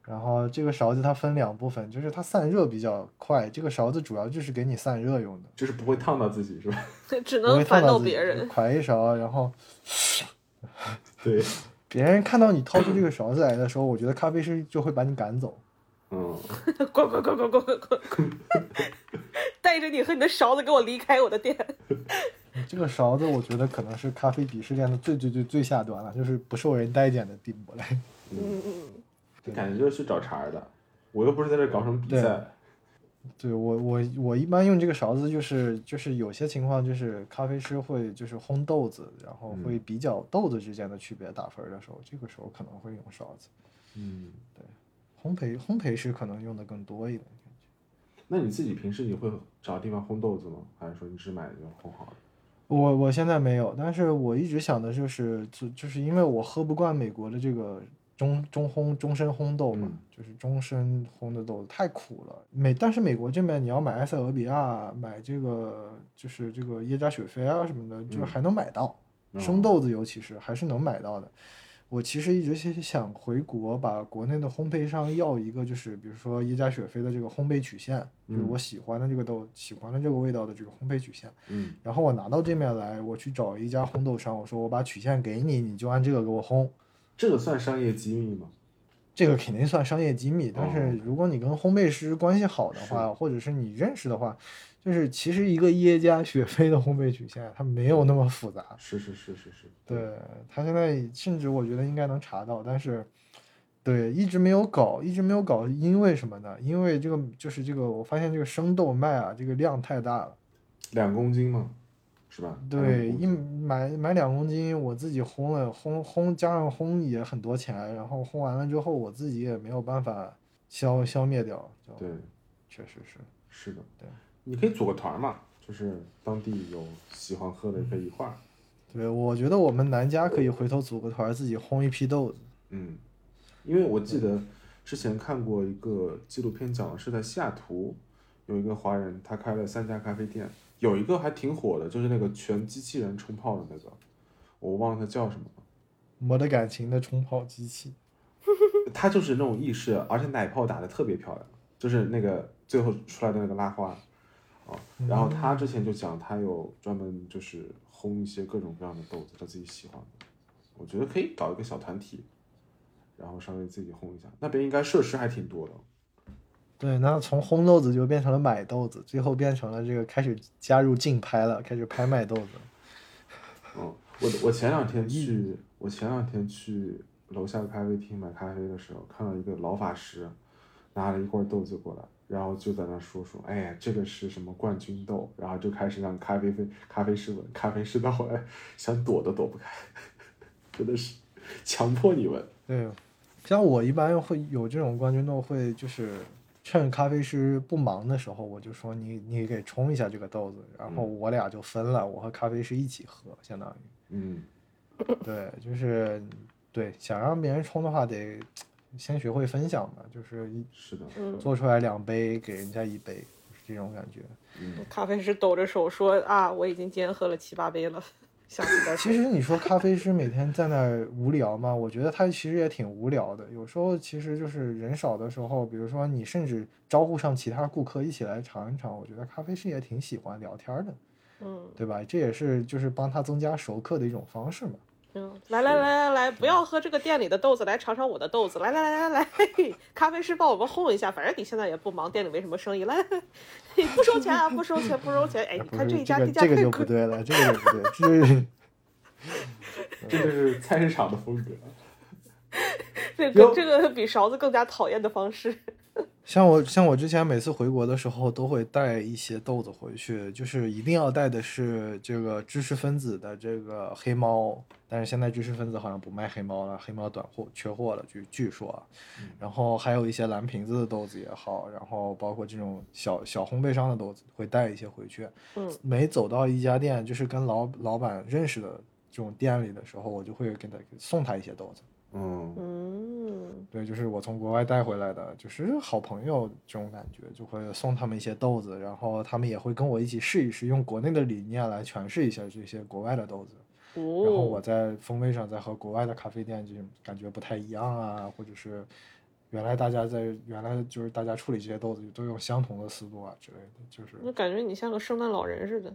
然后这个勺子它分两部分，就是它散热比较快，这个勺子主要就是给你散热用的，
就是不会烫到自己是吧？
只
不
能
会烫
烦
到
到
自己嗯
别人。
㧟一勺，然后
对，
别人看到你掏出这个勺子来的时候，我觉得咖啡师就会把你赶走。
嗯，
滚滚滚滚滚滚滚 滚！带着你和你的勺子给我离开我的店。
这个勺子我觉得可能是咖啡鄙视链的最最最最下端了，就是不受人待见的地步了。
嗯嗯
这感觉就是去找茬儿的，我又不是在这搞什么比赛，
对我我我一般用这个勺子，就是就是有些情况就是咖啡师会就是烘豆子，然后会比较豆子之间的区别打分的时候，这个时候可能会用勺子。
嗯，
烘焙烘焙师可能用的更多一点。
那你自己平时你会找地方烘豆子吗？还是说你只买就烘好了？
我我现在没有，但是我一直想的就是，就就是因为我喝不惯美国的这个中中烘终身烘豆嘛，
嗯
就是终身烘的豆子太苦了。美但是美国这边你要买埃塞俄比亚，买这个就是这个耶加雪菲啊什么的，就是
嗯
还能买到、
嗯
生豆子，尤其是还是能买到的。我其实一直是想回国，把国内的烘焙商要一个，就是比如说耶加雪菲的这个烘焙曲线，就是
嗯
我喜欢的这个豆，喜欢的这个味道的这个烘焙曲线。
嗯
然后我拿到这面来，我去找一家烘豆商，我说我把曲线给你，你就按这个给我烘。
这个算商业机密吗？
这个肯定算商业机密，但
哦
是如果你跟烘焙师关系好的话，或者是你认识的话，就是其实一个耶加雪菲的烘焙曲线，它没有那么复杂。
是是是是是，
对，它现在甚至我觉得应该能查到，但是对一直没有搞，一直没有搞，因为什么呢？因为这个就是这个，我发现这个生豆卖啊，这个量太大了。
两公斤嘛，是吧？
对，
两公
一
斤
买买两公斤，我自己烘了，烘烘加上烘也很多钱，然后烘完了之后，我自己也没有办法消消灭掉，就
对，
确实是，
是的，
对，
你可以组个团嘛，就是当地有喜欢喝的可以一块儿，
对，我觉得我们南家可以回头组个团儿，自己烘一批豆子，
嗯，因为我记得之前看过一个纪录片，讲的是在西雅图有一个华人，他开了三家咖啡店，有一个还挺火的，就是那个全机器人冲泡的那个，我忘了它叫什么了。
没得感情的冲泡机器，
它就是那种意式，而且奶泡打的特别漂亮，就是那个最后出来的那个拉花，啊，然后他之前就讲他有专门就是烘一些各种各样的豆子，他自己喜欢的，我觉得可以搞一个小团体，然后稍微自己烘一下，那边应该设施还挺多的，
对，那从烘豆子就变成了买豆子，最后变成了这个开始加入竞拍了，开始拍卖豆子，
嗯，我我前两天去，我前两天去楼下的咖啡厅买咖啡的时候，看到一个老法师拿了一罐豆子过来，然后就在那说说，哎呀，这个是什么冠军豆，然后就开始让咖啡啡咖啡师闻，咖啡师到后来想躲都躲不开，真的是强迫你闻，
对，像我一般会有这种冠军豆，会就是趁咖啡师不忙的时候，我就说你你给冲一下这个豆子，然后我俩就分了，我和咖啡师一起喝，相当于，
嗯，
对，就是对，想让别人冲的话，得先学会分享吧，就是一
是的，
嗯
做出来两杯给人家一杯，就是这种感觉。
嗯
咖啡师抖着手说啊，我已经今天喝了七八杯了， 下次再
其实你说咖啡师每天在那儿无聊吗？我觉得他其实也挺无聊的。有时候其实就是人少的时候，比如说你甚至招呼上其他顾客一起来尝一尝，我觉得咖啡师也挺喜欢聊天的，
嗯
对吧？这也是就是帮他增加熟客的一种方式嘛。
嗯，来来来来来，不要喝这个店里的豆子，来尝尝我的豆子，来来来来来， 嘿咖啡师帮我们哄一下，反正你现在也不忙，店里没什么生意，来，来嘿 不收 钱啊，不收钱，不收钱，哎，
哎
你
不
看这
是
一家
这个
家
这个
太
就不
贵，
对了，这个就不对，这是
这就是菜市场的风格。
这
哟
个这个比勺子更加讨厌的方式，
像我像我之前每次回国的时候，都会带一些豆子回去，就是一定要带的是这个知识分子的这个黑猫，但是现在知识分子好像不卖黑猫了，黑猫短货缺货了，据据说啊。然后还有一些蓝瓶子的豆子也好，然后包括这种小小烘焙商的豆子会带一些回去。
嗯，
每走到一家店，就是跟老老板认识的这种店里的时候，我就会给他送他一些豆子。
嗯，
嗯，
对，就是我从国外带回来的，就是好朋友这种感觉，就会送他们一些豆子，然后他们也会跟我一起试一试，用国内的理念来诠释一下这些国外的豆子，然后我
哦，
在风味上再和国外的咖啡店就感觉不太一样啊，或者是原来大家在原来就是大家处理这些豆子都用相同的思路啊之类的，就是
那感觉你像个圣诞老人似的，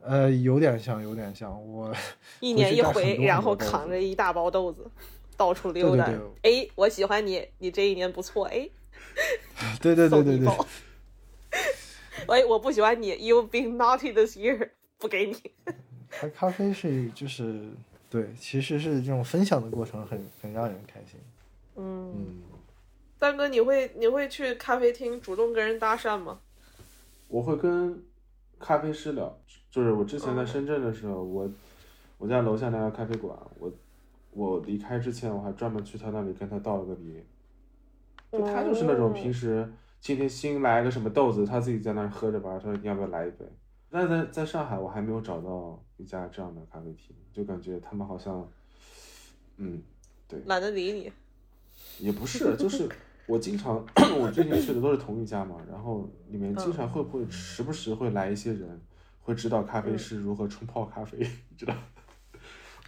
呃有点像，有点像我。
一年一
回去带
回，
很多
然后
很多豆子
扛着一大包豆子到处溜达
对，
哎，我喜欢你，你这一年不错，哎，
对对对
送
对
你一
对，
包，哎，我不喜欢你，You've been naughty this year，不 给你。
它哎咖啡是就是对，其实是这种分享的过程很很让人开心。
嗯，
嗯，
三哥，你会你会去咖啡厅主动跟人搭讪吗？
我会跟咖啡师聊，就是我之前在深圳的时候，我我家楼下那家咖啡馆，我我离开之前，我还专门去他那里跟他道了个别。就他就是那
哦
种平时今天新来个什么豆子，他自己在那儿喝着玩儿，他说你要不要来一杯？但是在在上海，我还没有找到一家这样的咖啡厅，就感觉他们好像，嗯，
懒得理你。
也不是，就是我经常 我最近去的都是同一家嘛，然后里面经常会不会时不时会来一些人，会指导咖啡师如何冲泡咖啡， 你知道？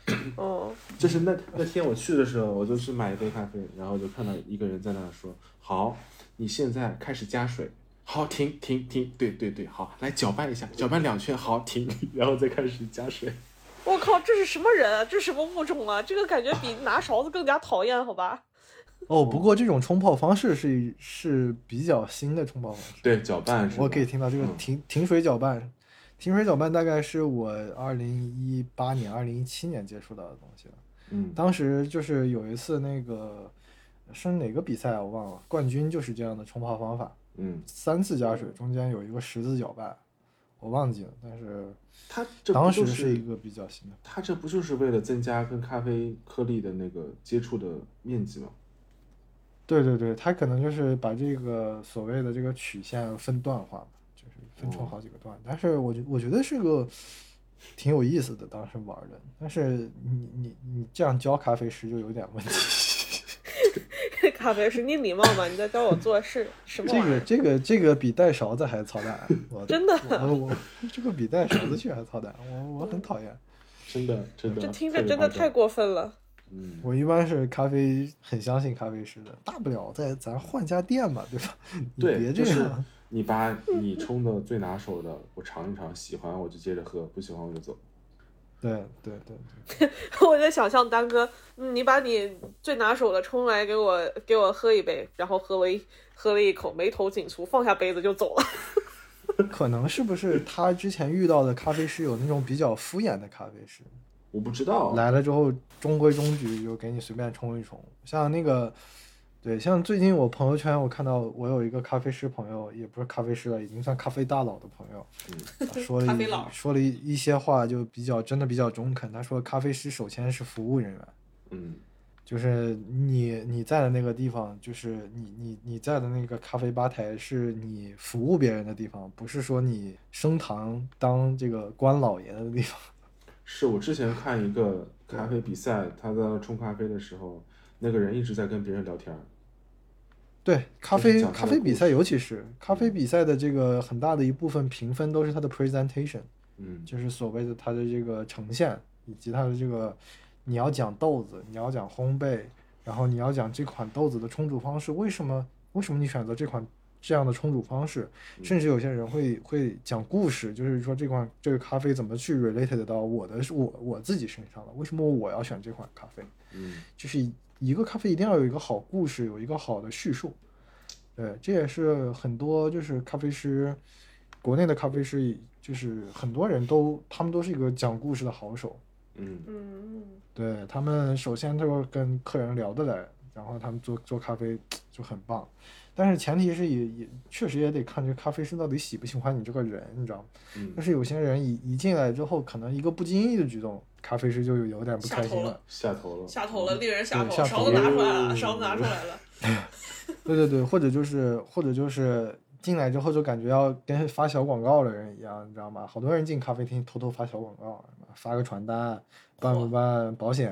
嗯
哦，
就是那那天我去的时候，我就去买一杯咖啡，然后就看到一个人在那儿说：“好，你现在开始加水。”好，停停停，对对对，好，来搅拌一下，搅拌两圈，好，停， 然后再开始加水。
我靠，这是什么人啊？这是什么物种啊？这个感觉比拿勺子更加讨厌，好吧？
哦，不过这种冲泡方式是是比较新的冲泡方式。
对，搅拌是吧
我可以听到这个
嗯
停停水搅拌，停水搅拌大概是我二零一八年、二零一七年接触到的东西了。
嗯，
当时就是有一次那个是哪个比赛啊我忘了，冠军就是这样的冲泡方法，
嗯，
三次加水，中间有一个十字搅拌，我忘记了，但是
他这不
当
就
时
是
是一个比较新的。
它这不就是为了增加跟咖啡颗粒的那个接触的面积吗？
对对对，它可能就是把这个所谓的这个曲线分段化嘛，就是分成
哦
好几个段。但是我觉我觉得是个挺有意思的，当时玩儿的。但是你你你这样教咖啡师就有点问题。
咖啡师，你礼貌吗？你在教我做事，什么
这
玩意
个
儿？
这个这个比带勺子还操蛋，我
真的
我我这个比带勺子去还操蛋，我我很讨厌。
真的，真的，
这听
特
着
别
真的
夸
太
张
过分了。
嗯，
我一般是咖啡很相信咖啡师的，大不了再咱换家店嘛，对吧？你
对
别这
就
样。
是你把你冲的最拿手的，我尝一尝，喜欢我就接着喝，不喜欢我就走。
对对对
我在想象丹哥，嗯你把你最拿手的冲来给我，给我喝一杯，然后喝了一喝了一口，眉头紧蹙，放下杯子就走了。
可能是不是他之前遇到的咖啡师有那种比较敷衍的咖啡师，
我不知道，
来了之后中规中矩，就给你随便冲一冲。像那个，对，像最近我朋友圈我看到我有一个咖啡师朋友，也不是咖啡师了，已经算咖啡大佬的朋友，啊说
嗯
了
咖啡
一
佬
说了一一些话，就比较真的比较中肯。他说咖啡师首先是服务人员，
嗯，
就是你你在的那个地方，就是你你你在的那个咖啡吧台，是你服务别人的地方，不是说你升堂当这个官老爷的地方。
是我之前看一个咖啡比赛，他在那冲咖啡的时候，那个人一直在跟别人聊天儿。
对，咖
就是
啡
讲他
咖
的
啡
故
比赛，
事
尤其是咖啡比赛的这个很大的一部分评分都是它的 presentation，
嗯，
就是所谓的它的这个呈现，以及它的这个你要讲豆子，你要讲烘焙，然后你要讲这款豆子的冲煮方式，为什么为什么你选择这款这样的冲煮方式？甚至有些人会会讲故事，就是说这款这个咖啡怎么去 related 到我的我我自己身上了？为什么我要选这款咖啡？
嗯，
就是一个咖啡一定要有一个好故事，有一个好的叙述。对，这也是很多就是咖啡师，国内的咖啡师，就是很多人都他们都是一个讲故事的好手。
嗯，
嗯，
对他们，首先他就是跟客人聊得来，然后他们做做咖啡就很棒。但是前提是也也确实也得看这个咖啡师到底喜不喜欢你这个人，你知道吗？
嗯
但是有些人一一进来之后，可能一个不经意的举动，咖啡师就有有点不
下
开心
头了
了。
下头了，
下头了，令人下
对
头，
下
勺
头
子拿出来了，
嗯
勺子拿出来了，
对对对，或者就是或者就是进来之后就感觉要跟发小广告的人一样，你知道吗？好多人进咖啡厅偷偷发小广告，发个传单，办不
嚯
办保险，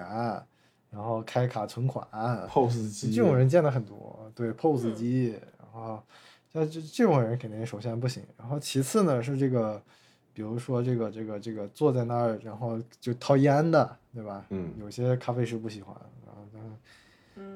然后开卡存款，
，pose 机，
这种人见的很多。对，POS
嗯
机，然后像这这种人肯定首先不行，然后其次呢是这个，比如说这个这个这个坐在那儿然后就掏烟的，对吧？
嗯
有些咖啡师不喜欢，然后但是。
嗯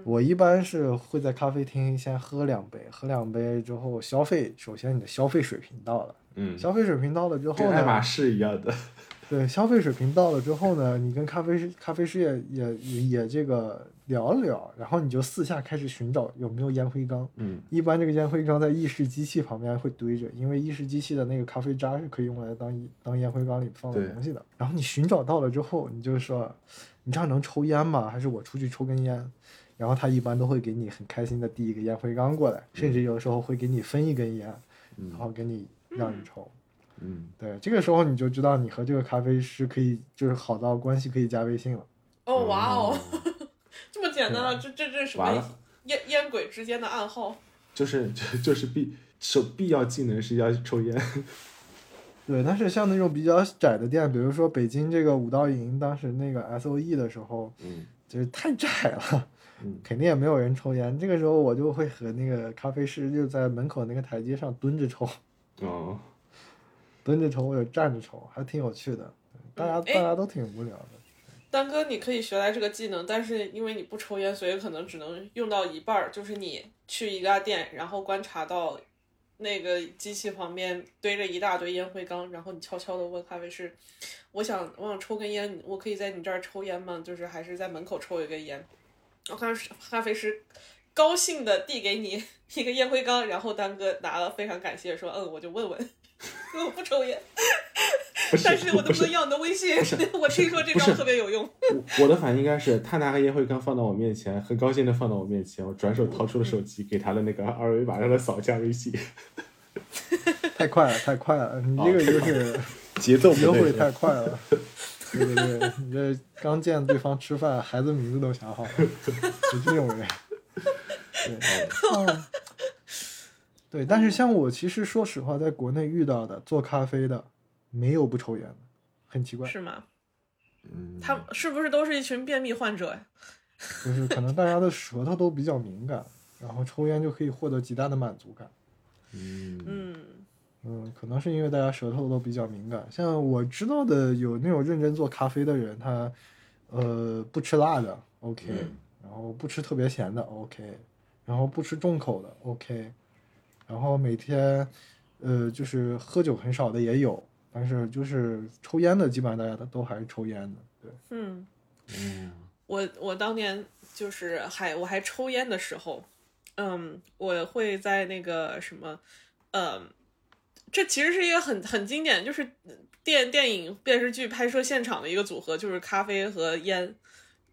我一般是会在咖啡厅先喝两杯，喝两杯之后消费，首先你的消费水平到了，
嗯，
消费水平到了之后
跟爱马
呢，
仕一样的，
对，消费水平到了之后呢，你跟咖啡师咖啡师也也也也这个聊了聊，然后你就四下开始寻找有没有烟灰缸。
嗯
一般这个烟灰缸在意式机器旁边会堆着，因为意式机器的那个咖啡渣是可以用来当一当烟灰缸里放的
对
东西的。然后你寻找到了之后，你就说，你这儿能抽烟吗？还是我出去抽根烟？然后他一般都会给你很开心的递一个烟灰缸过来，甚至有的时候会给你分一根烟，然
嗯
后给你让你抽。
嗯，
对，这个时候你就知道你和这个咖啡师可以就是好到关系可以加微信了。
哦哇哦，，这么简单啊，这这这是什
嗯完
么
了
烟烟鬼之间的暗号？
就是就就是必首必要技能是要抽烟，
对，但是像那种比较窄的店，比如说北京这个五道营，当时那个 S O E 的时候，
嗯
就是太窄了，
嗯
肯定也没有人抽烟。这个时候我就会和那个咖啡师就在门口那个台阶上蹲着抽，
哦，
蹲着抽或者站着抽，还挺有趣的。大家
哎
大家都挺无聊的。
丹哥，你可以学来这个技能，但是因为你不抽烟，所以可能只能用到一半儿。就是你去一家店，然后观察到那个机器旁边堆着一大堆烟灰缸，然后你悄悄的问咖啡师：“我想我想抽根烟，我可以在你这儿抽烟吗？就是还是在门口抽一根烟。”然后咖啡师咖啡师高兴的递给你一个烟灰缸，然后丹哥拿了，非常感谢说：“嗯，我就问问， 因为我不抽烟，
不是
但是我能
不
不能要你的微信？ 我听说这
不
招
是
特别有用。”
我我的反应应该是他拿个烟灰缸放到我面前，很高兴的放到我面前，我转手掏出了手机，给他的那个二维码让他扫一下微信，
太快了，太哦快了！你这个就是
节奏
约
不
会
对
太
是吧，
快了。对对对，你这刚见对方吃饭，孩子名字都想好了，就这种人。嗯，对，但是像我，其实说实话，在国内遇到的做咖啡的，没有不抽烟的，很奇怪，
是吗？
嗯，
他们是不是都是一群便秘患者呀？
就是可能大家的舌头都比较敏感，然后抽烟就可以获得极大的满足感。
嗯
嗯，
嗯，可能是因为大家舌头都比较敏感，像我知道的有那种认真做咖啡的人，他呃不吃辣的，OK，、
嗯
然后不吃特别咸的，OK，然后不吃重口的，OK，然后每天呃就是喝酒很少的也有，但是就是抽烟的，基本上大家都还是抽烟的，对，
嗯，
嗯
我我当年就是还我还抽烟的时候，嗯，我会在那个什么，嗯，这其实是一个很很经典，就是电电影电视剧拍摄现场的一个组合，就是咖啡和烟，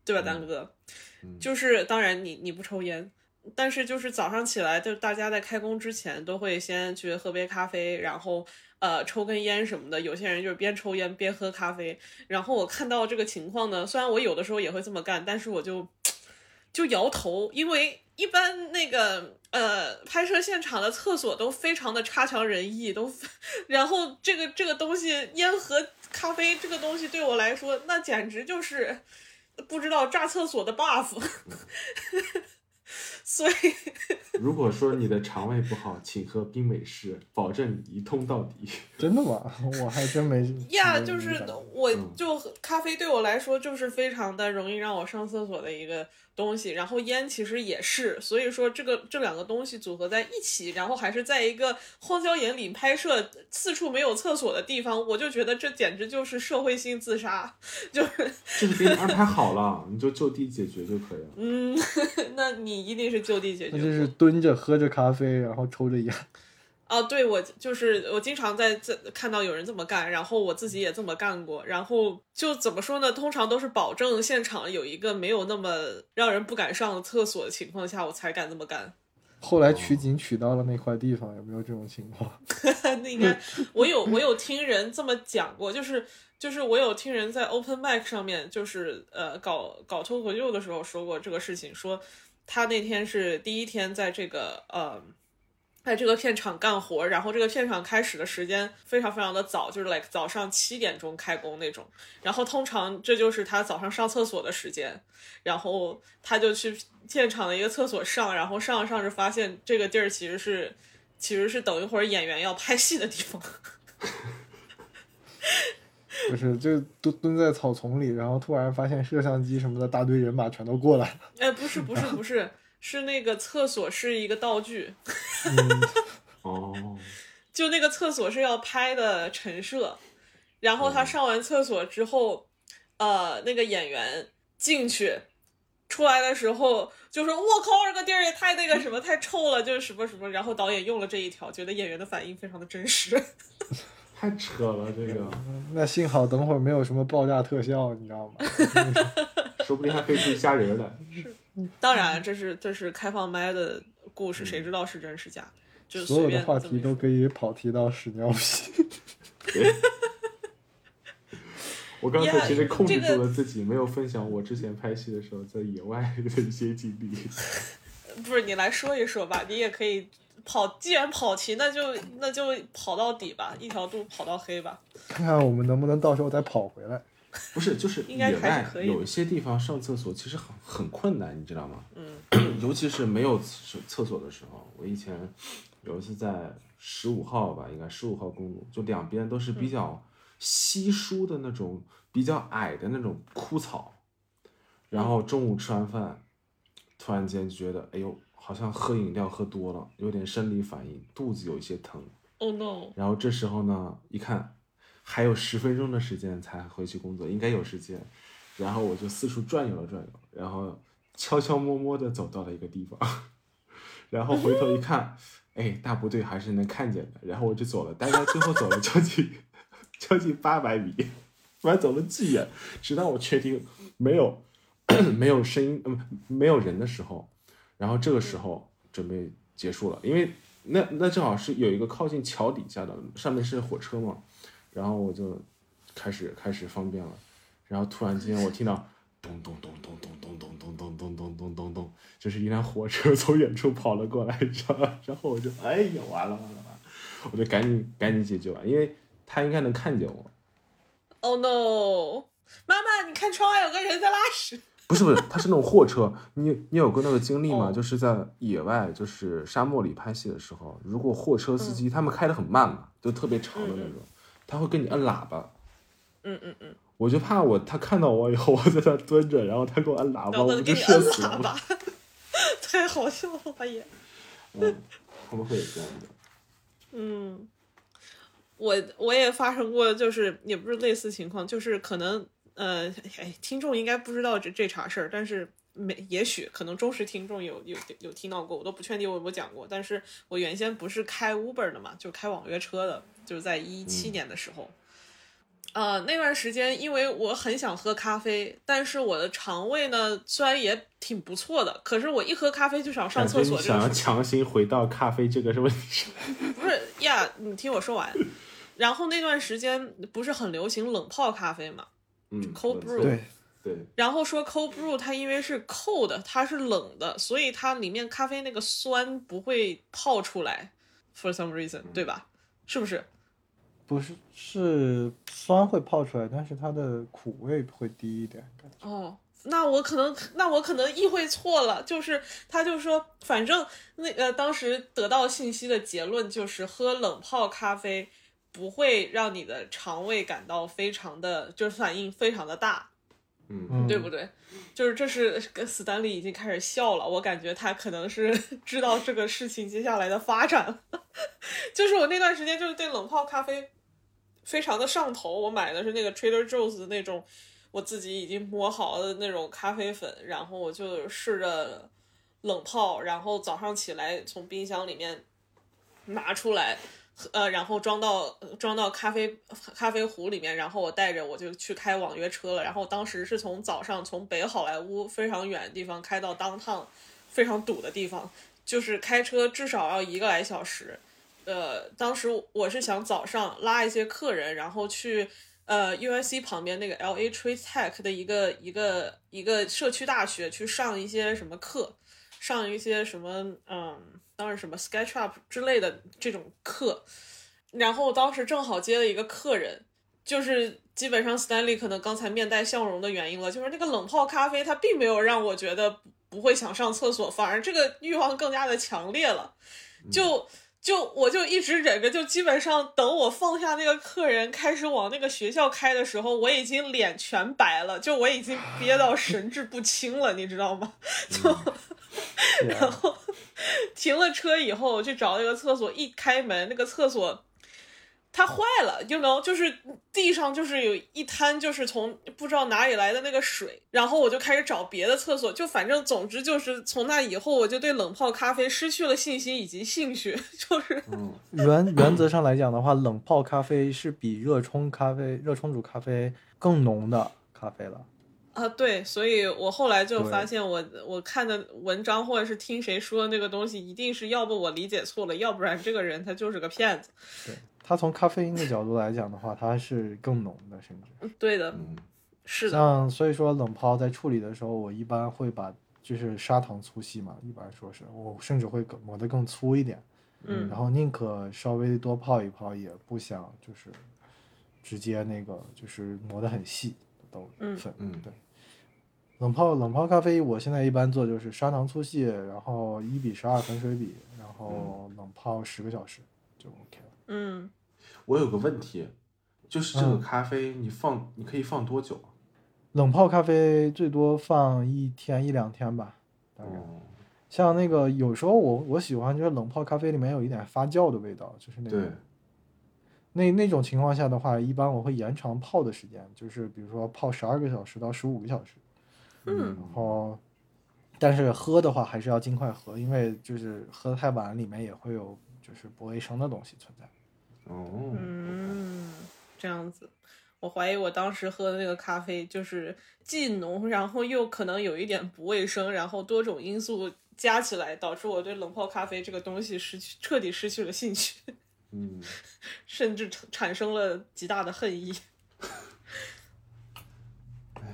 对吧，丹哥？
嗯
就是当然你你不抽烟，但是就是早上起来，就是大家在开工之前都会先去喝杯咖啡，然后呃抽根烟什么的。有些人就是边抽烟边喝咖啡。然后我看到这个情况呢，虽然我有的时候也会这么干，但是我就就摇头，因为一般那个呃拍摄现场的厕所都非常的差强人意，都非，然后这个这个东西烟和咖啡这个东西对我来说，那简直就是不知道炸厕所的 buff，所以
如果说你的肠胃不好，请喝冰美式，保证一通到底。
真的吗？ 我还真 没。
呀、
没
就是
没感觉
我
嗯
就咖啡对我来说就是非常的容易让我上厕所的一个东西，然后烟其实也是，所以说这个这两个东西组合在一起，然后还是在一个荒郊野岭拍摄四处没有厕所的地方，我就觉得这简直就是社会性自杀，就是
这个给你安排好了，你就就地解决就可以了。
嗯， 那你一定是就地解决
那
过，
就是蹲着喝着咖啡，然后抽着烟。
啊，对，我就是我经常在这看到有人这么干，然后我自己也这么干过，然后就怎么说呢？通常都是保证现场有一个没有那么让人不敢上厕所的情况下，我才敢这么干。
后来
哦
取景取到了那块地方，有没有这种情况？
那应该我有我有听人这么讲过，就是就是我有听人在 open mic 上面，就是呃搞搞脱口秀的时候说过这个事情，说他那天是第一天在这个呃。在这个片场干活，然后这个片场开始的时间非常非常的早，就是 like 早上七点钟开工那种。然后通常这就是他早上上厕所的时间，然后他就去片场的一个厕所上，然后上着上着发现这个地儿其实是其实是等一会儿演员要拍戏的地方。
就是就蹲蹲在草丛里，然后突然发现摄像机什么的，大堆人马全都过来了。
哎，不是不是不 是，是那个厕所是一个道具，
哦，
就那个厕所是要拍的陈设，然后他上完厕所之后，呃，那个演员进去。出来的时候就说：“我靠，这个地儿也太那个什么，太臭了，就是什么什么。”然后导演用了这一条，觉得演员的反应非常的真实。
太扯了，这个
那幸好等会儿没有什么爆炸特效，你知道吗？
说不定还可以自己吓人了。
当然，这是这是开放麦的故事，谁知道是真是假？就
所
随
有的
便
话
这
题
么一
都
说
可以跑题到屎尿屁。
我刚才其实
Yeah，
控制
这
住
个
了自己，没有分享我之前拍戏的时候在野外的一些经历。
不是你来说一说吧，你也可以跑，既然跑题，那就那就跑到底吧，一条路跑到黑吧。
看看我们能不能到时候再跑回来。
不是，就是
应该
野
还
外
是可以的
有一些地方上厕所其实很很困难，你知道吗？
嗯，
尤其是没有厕厕所的时候。我以前有一次在十五号吧，应该十五号公路，就两边都是
嗯
比较稀疏的那种、比较矮的那种枯草。然后中午吃完饭，突然间觉得，哎呦，好像喝饮料喝多了，有点生理反应，肚子有一些疼。
Oh no！
然后这时候呢，一看还有十分钟的时间才回去工作，应该有时间。然后我就四处转悠了转悠，然后悄悄摸摸的走到了一个地方， 然后回头一看，哎，大部队还是能看见的。然后我就走了，大概最后走了将近 将近八百米，我还走了巨远，直到我确定没有 没有声音，嗯，没有人的时候，然后这个时候准备结束了，因为那那正好是有一个靠近桥底下的，上面是火车嘛，然后我就开始开始方便了，然后突然间我听到咚咚咚咚咚咚咚咚咚咚咚咚咚咚，就是一辆火车 从远处跑了过来，你知道吗？然后我就哎呀完了完了完了，我就赶紧赶紧解决完，因为他应该能看见我，
Oh no！妈妈，你看窗外有个人在拉屎。
不是不是，他是那种货车。你你有过那个经历吗？
哦
就是在野外，就是沙漠里拍戏的时候，如果货车
嗯
司机、他们开的很慢嘛，就特别长的那种，他会跟你按喇叭。
嗯嗯嗯，
我就怕我他看到我以后，我在那蹲着，然后他给我按喇叭，
然后
我
我
不
就给
就
你
社
摁
死了
喇
吗？
叭， 太好笑了吧也。
嗯他们会有这样的。
嗯，我我也发生过，就是也不是类似情况，就是可能呃，哎，听众应该不知道这这茬事儿，但是没，也许可能忠实听众有有有听到过，我都不确定我有没有讲过。但是我原先不是开 Uber 的嘛，就开网约车的，就是在一
嗯
七年的时候。呃，那段时间因为我很想喝咖啡，但是我的肠胃呢虽然也挺不错的，可是我一喝咖啡就想 上
感觉
厕所
你
这
想
种
要
事情。
强行回到咖啡这个是问题 上，
不是呀，你听我说完。然后那段时间不是很流行冷泡咖啡嘛
嗯
，cold brew
对，对，
然后说 cold brew 它因为是 cold，它是冷的，所以它里面咖啡那个酸不会泡出来，for some reason，对吧？是不是？
不是是酸会泡出来，但是它的苦味会低一点。
哦，那我可能，那我可能意会错了，就是他就说，反正那个当时得到信息的结论就是，喝冷泡咖啡不会让你的肠胃感到非常的，就是反应非常的大，
嗯
嗯，
对不对？就是这是跟斯丹利已经开始笑了，我感觉他可能是 知道这个事情接下来的发展了。 就是我那段时间就是对冷泡咖啡非常的上头，我买的是那个 Trader Joe's 的那种我自己已经磨好的那种咖啡粉，然后我就试着冷泡，然后早上起来从冰箱里面拿出来。呃，然后装到装到咖啡咖啡壶里面，然后我带着我就去开网约车了。然后当时是从早上从北好莱坞非常远的地方开到当趟非常堵的地方，就是开车至少要一个来小时。呃，当时我是想早上拉一些客人，然后去呃 USC 旁边那个 LA Trade Tech 的一个一个一个社区大学去上一些什么课，上一些什么嗯，当然什么 SketchUp 之类的这种课。然后当时正好接了一个客人，就是基本上 Stanley 可能刚才面带笑容的原因了，就是那个冷泡咖啡它并没有让我觉得不不会想上厕所，反而这个欲望更加的强烈了，就。就我就一直忍着，就基本上等我放下那个客人，开始往那个学校开的时候，我已经脸全白了，就我已经憋到神志不清了，你知道吗？
是啊
停了车以后，我去找那个厕所，一开门，那个厕所它坏了，就能就是地上就是有一滩，就是从不知道哪里来的那个水，然后我就开始找别的厕所，就反正总之就是从那以后，我就对冷泡咖啡失去了信心以及兴趣， 就是
嗯，
原原则上来讲的话，冷泡咖啡是比热冲咖啡、热冲煮咖啡更浓的咖啡了。
啊，对，所以我后来就
对
发现我，我看的文章或者是听谁说的那个东西，一定是要不我理解错了，要不然这个人他就是个骗子。
它从咖啡因的角度来讲的话，它是更浓的，甚至
对的，
嗯
是的，
像所以说冷泡在处理的时候，我一般会把就是砂糖粗细嘛，一般说是我甚至会更磨得更粗一点，
嗯
然后宁可稍微多泡一泡，也不想就是直接那个就是磨得很细的豆
嗯
粉，
嗯
对。冷泡冷泡咖啡，我现在一般做就是砂糖粗细，然后一比十二粉水比，然后冷泡十个小时就 OK 了。
嗯，
我有个问题，就是这个
嗯
咖啡你放你可以放多久啊？
冷泡咖啡最多放一天一两天吧，大概。
哦，
像那个有时候我我喜欢就是冷泡咖啡里面有一点发酵的味道，就是那
对
种，那那种情况下的话，一般我会延长泡的时间，就是比如说泡十二个小时到十五个小时，
嗯
然后但是喝的话还是要尽快喝，因为就是喝得太晚里面也会有就是不卫生的东西存在。
哦，
嗯，这样子，我怀疑我当时喝的那个咖啡就是既浓，然后又可能有一点不卫生，然后多种因素加起来，导致我对冷泡咖啡这个东西失去彻底失去了兴趣，
嗯，
甚至产生了极大的恨意。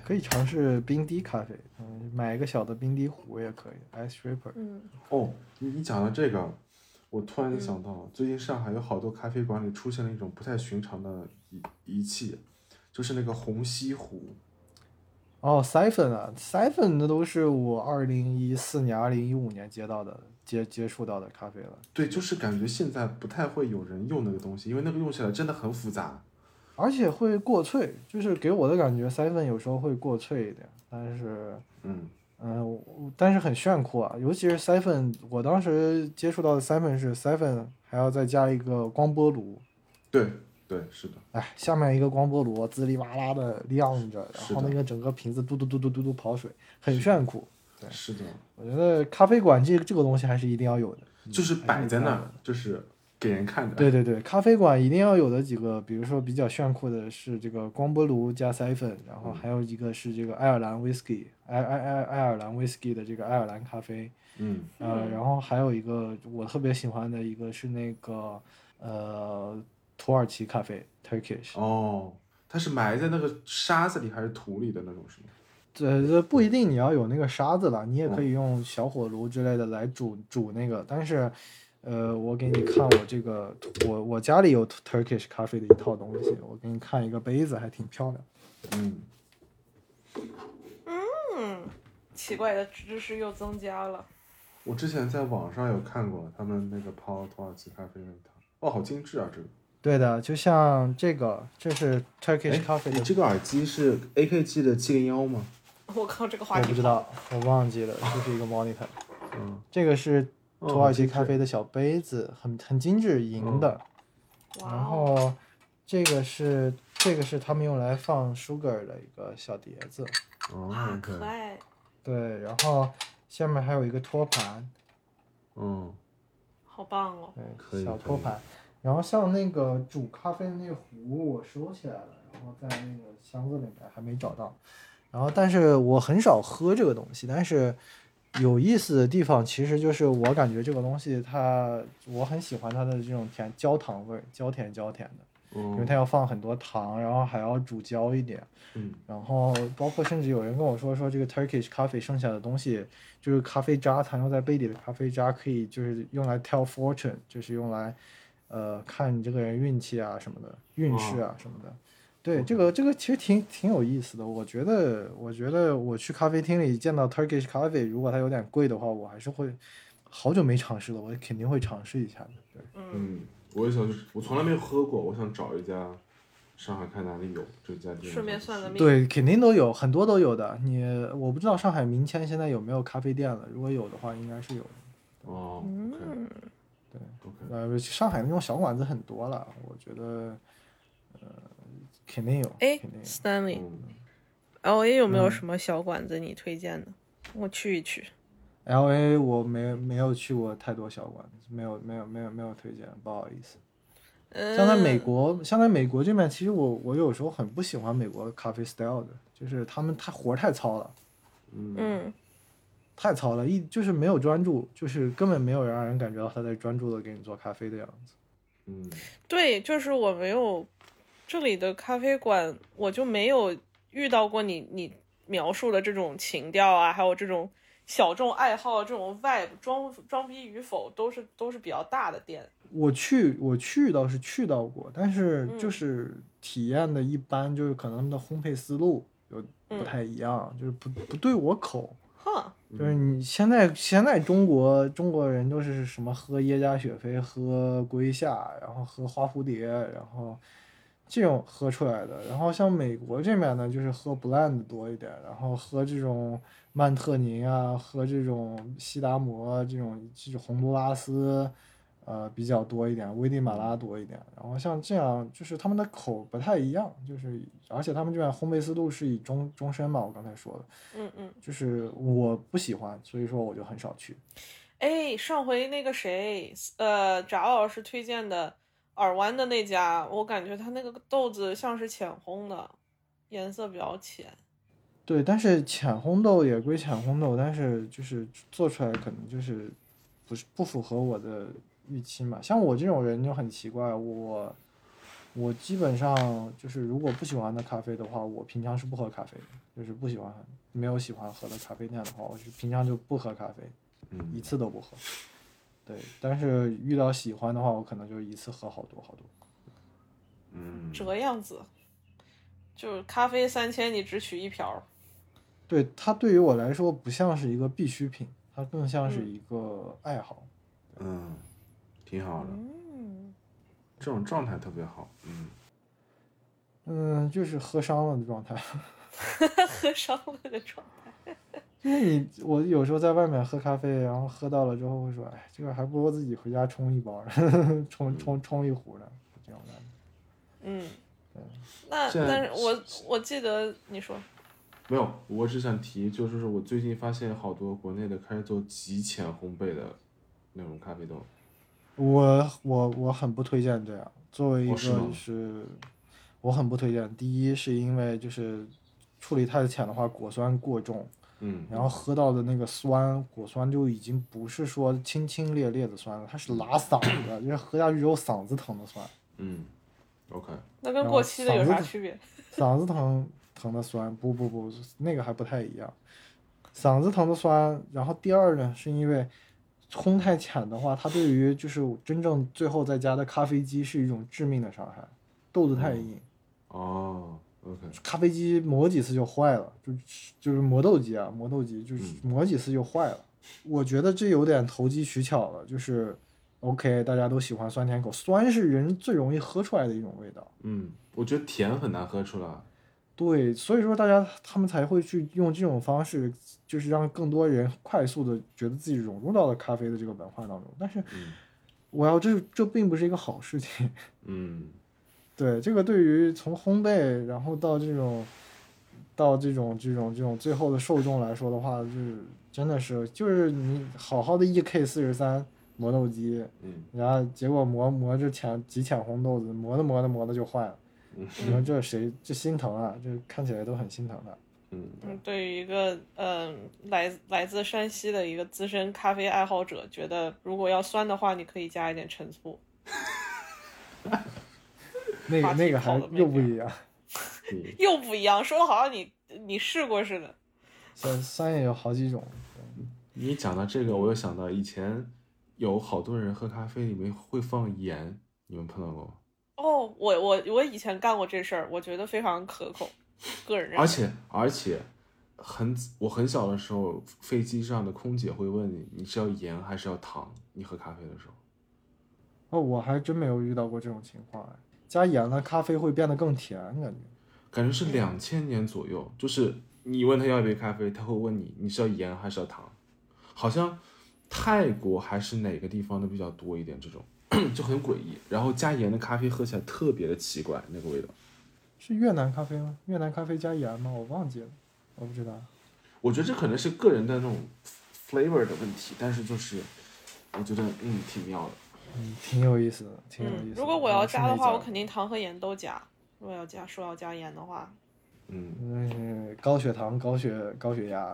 可以尝试冰滴咖啡，嗯，买一个小的冰滴壶也可以，ice dripper。
嗯。
哦，你你讲到这个，我突然就想到，最近上海有好多咖啡馆里出现了一种不太寻常的仪仪器，就是那个虹吸壶。
哦，siphon 啊，siphon 那都是我二零一四年、二零一五年接到的、接接触到的咖啡了。
对，就是感觉现在不太会有人用那个东西，因为那个用起来真的很复杂。
而且会过脆，就是给我的感觉，siphon 有时候会过脆一点，但是，
嗯
嗯、我但是很炫酷啊，尤其是 siphon，我当时接触到的 siphon 是 siphon 还要再加一个光波炉，
对对，是的，
哎，下面一个光波炉滋哩哇啦的亮着，然
是
后那
的
个整个瓶子嘟嘟嘟嘟嘟嘟跑水，很炫酷。对
是的，
我觉得咖啡馆这这个东西还是一定要有的。
就是摆在那
嗯还是
儿，就是给人看的。
对对对，咖啡馆一定要有的几个，比如说比较炫酷的是这个光波炉加 siphon，然后还有一个是这个爱尔兰 whisky，爱爱爱爱尔兰 whisky 的这个爱尔兰咖啡，
嗯
呃，然后还有一个我特别喜欢的一个是那个呃土耳其咖啡 Turkish，
哦，它是埋在那个沙子里还是土里的那种是吗？
这这不一定你要有那个沙子了，你也
嗯
可以用小火炉之类的来煮煮那个。但是，呃，我给你看我这个，我我家里有 Turkish 咖啡的一套东西，我给你看一个杯子，还挺漂亮。
嗯，
奇怪的知识又增加了。
我之前在网上有看过他们那个泡土耳其咖啡那一套，哦，好精致啊，这个。
对的，就像这个，这是
哎
Turkish 咖啡
你
的，
这个耳机是 AKG 的七零幺吗？
我靠，这个话
我
题
不知道，我忘记了，这是一个 monitor。
嗯，
这个是
哦
土耳其咖啡的小杯子，很很精致，银的。
哇
然
哦，
后这个是这个是他们用来放 sugar 的一个小碟子，
哦
哇，
，OK，
可啊爱，
对，然后下面还有一个托盘，
嗯，
好棒哦！
哎可
对，
以
小托
可以
盘。然后像那个煮咖啡的那个壶，我收起来了，然后在那个箱子里面还没找到。然后，但是我很少喝这个东西，但是有意思的地方其实就是我感觉这个东西它，我很喜欢它的这种甜焦糖味儿，焦甜焦甜的。因为
嗯
它要放很多糖，然后还要煮焦一点，
嗯，
然后包括甚至有人跟我说说这个 Turkish 咖啡剩下的东西就是咖啡渣，残留在杯底的咖啡渣可以就是用来 tell fortune，就是用来呃看你这个人运气啊什么的，运势啊什么的。对，这个这个其实挺挺有意思的，我觉得我觉得我去咖啡厅里见到 Turkish 咖啡，如果它有点贵的话，我还是会好久没尝试了，我肯定会尝试一下的。对，
嗯，我也想去，我从来没有喝过，我想找一家，上海看哪里有这家店。
顺便算个命。
对，肯定都有，很多都有的。你我不知道上海明谦现在有没有咖啡店了，如果有的话，应该是有的。
哦，OK，
嗯
对
，OK，
呃，上海那种小馆子很多了，我觉得，呃，肯定有，
哎
肯定有。
，Stanley，
嗯，
L A 有没有什么小馆子你推荐的？我去一去。
L A 我没没有去过太多小馆子，没有没有没有没有推荐，不好意思。
嗯，
像在美国，像在美国这边，其实我我有时候很不喜欢美国咖啡 style 的，就是他们太活儿太糙了。
嗯，
太糙了，一就是没有专注，就是根本没有让人感觉到他在专注的给你做咖啡的样子。
嗯，
对，就是我没有这里的咖啡馆，我就没有遇到过你你描述的这种情调啊，还有这种小众爱好这种 vibe 装装逼与否，都是都是比较大的店。
我去，我去倒是去到过，但是
嗯
就是体验的一般，就是可能他们的烘焙思路有不太一样，就是不不对我口。
哼，
嗯
就是你现在现在中国中国人都是什么喝耶加雪菲、喝龟夏，然后喝花蝴蝶，然后这种喝出来的。然后像美国这边呢，就是喝 blend 多一点，然后喝这种曼特宁啊，喝这种西达摩这种这种洪都拉斯。呃，比较多一点，危地马拉多一点，然后像这样，就是他们的口不太一样，就是而且他们这边烘焙思路是以终终身嘛，我刚才说的，
嗯嗯。
就是我不喜欢，所以说我就很少去。
哎，上回那个谁，呃，翟老师推荐的耳湾的那家，我感觉它那个豆子像是浅烘的，颜色比较浅。
对，但是浅烘豆也归浅烘豆，但是就是做出来可能就是不是不符合我的预期嘛。像我这种人就很奇怪，我我基本上就是如果不喜欢的咖啡的话，我平常是不喝咖啡的，就是不喜欢没有喜欢喝的咖啡店的话，我是平常就不喝咖啡，一
嗯，
次都不喝。对，但是遇到喜欢的话，我可能就一次喝好多好多。
嗯，
这样子，就是咖啡三千，你只取一瓢儿。
对它对于我来说不像是一个必需品，它更像是一个爱好。
嗯，挺好的，
嗯，
这种状态特别好，嗯，
嗯，就是喝伤了的状态。
喝伤了的状态。
就是你，我有时候在外面喝咖啡，然后喝到了之后会说，哎，这个还不如自己回家冲一包，
嗯
冲冲冲一壶呢，这种感觉。
嗯，那
现在
但是我我记得你说，
没有，我只想提，就是我最近发现好多国内的开始做极浅烘焙的那种咖啡豆，
我我我很不推荐这样。作为一个
哦是吗
就是，我很不推荐。第一是因为就是处理太浅的话，果酸过重，
嗯，
然后喝到的那个酸果酸就已经不是说清清冽冽的酸了，它是拉嗓子的，就是喝下去之后嗓子疼的酸，
嗯，OK，
那跟
然
过
后
期的有啥
嗓子
区别？
嗓子疼疼的酸，不不不，那个还不太一样。嗓子疼的酸，然后第二呢，是因为烘太浅的话，它对于就是真正最后再加的咖啡机是一种致命的伤害。豆子太硬，
哦，OK，
咖啡机磨几次就坏了，就就是磨豆机啊，磨豆机就是磨几次就坏了。我觉得这有点投机取巧了，就是 OK，大家都喜欢酸甜口，酸是人最容易喝出来的一种味道。
嗯，我觉得甜很难喝出来。
对，所以说大家他们才会去用这种方式，就是让更多人快速的觉得自己融入到了咖啡的这个文化当中。但是，我要这这并不是一个好事情。
嗯
对，这个对于从烘焙，然后到这种，到这种这种这种最后的受众来说的话，就是真的是就是你好好的 EK 四十三磨豆机，
嗯，
然后结果磨磨着浅极浅红豆子，磨着磨着磨着就坏了。你说这谁这心疼啊？这看起来都很心疼的。
嗯
嗯，对于一个嗯来来自山西的一个资深咖啡爱好者，觉得如果要酸的话，你可以加一点陈醋。
那个
话题
那个还
讨论
又
那
不
边
一样。
又不一样，说的好像你你试过似的。
酸酸也有好几种，
你讲到这个，我又想到以前有好多人喝咖啡里面会放盐，你们碰到过吗？
哦，我我我以前干过这事儿，我觉得非常可口，个人认为
而且而且很我很小的时候，飞机上的空姐会问你你是要盐还是要糖，你喝咖啡的时候。
哦，我还真没有遇到过这种情况哎。加盐了，咖啡会变得更甜，感觉。
感觉是两千年左右，就是你问他要一杯咖啡，他会问你你是要盐还是要糖，好像泰国还是哪个地方的比较多一点这种， 就很诡异。然后加盐的咖啡喝起来特别的奇怪，那个味道。
是越南咖啡吗？越南咖啡加盐吗？我忘记了，我不知道。
我觉得这可能是个人的那种 flavor 的问题，但是就是我觉得嗯挺妙的。
嗯，挺有意思的，挺有意思
嗯，
的。
如果我要加的话，我肯
定
定糖和盐都加。如果要加，说要加盐的话，
嗯，
嗯高血糖、高血高 血压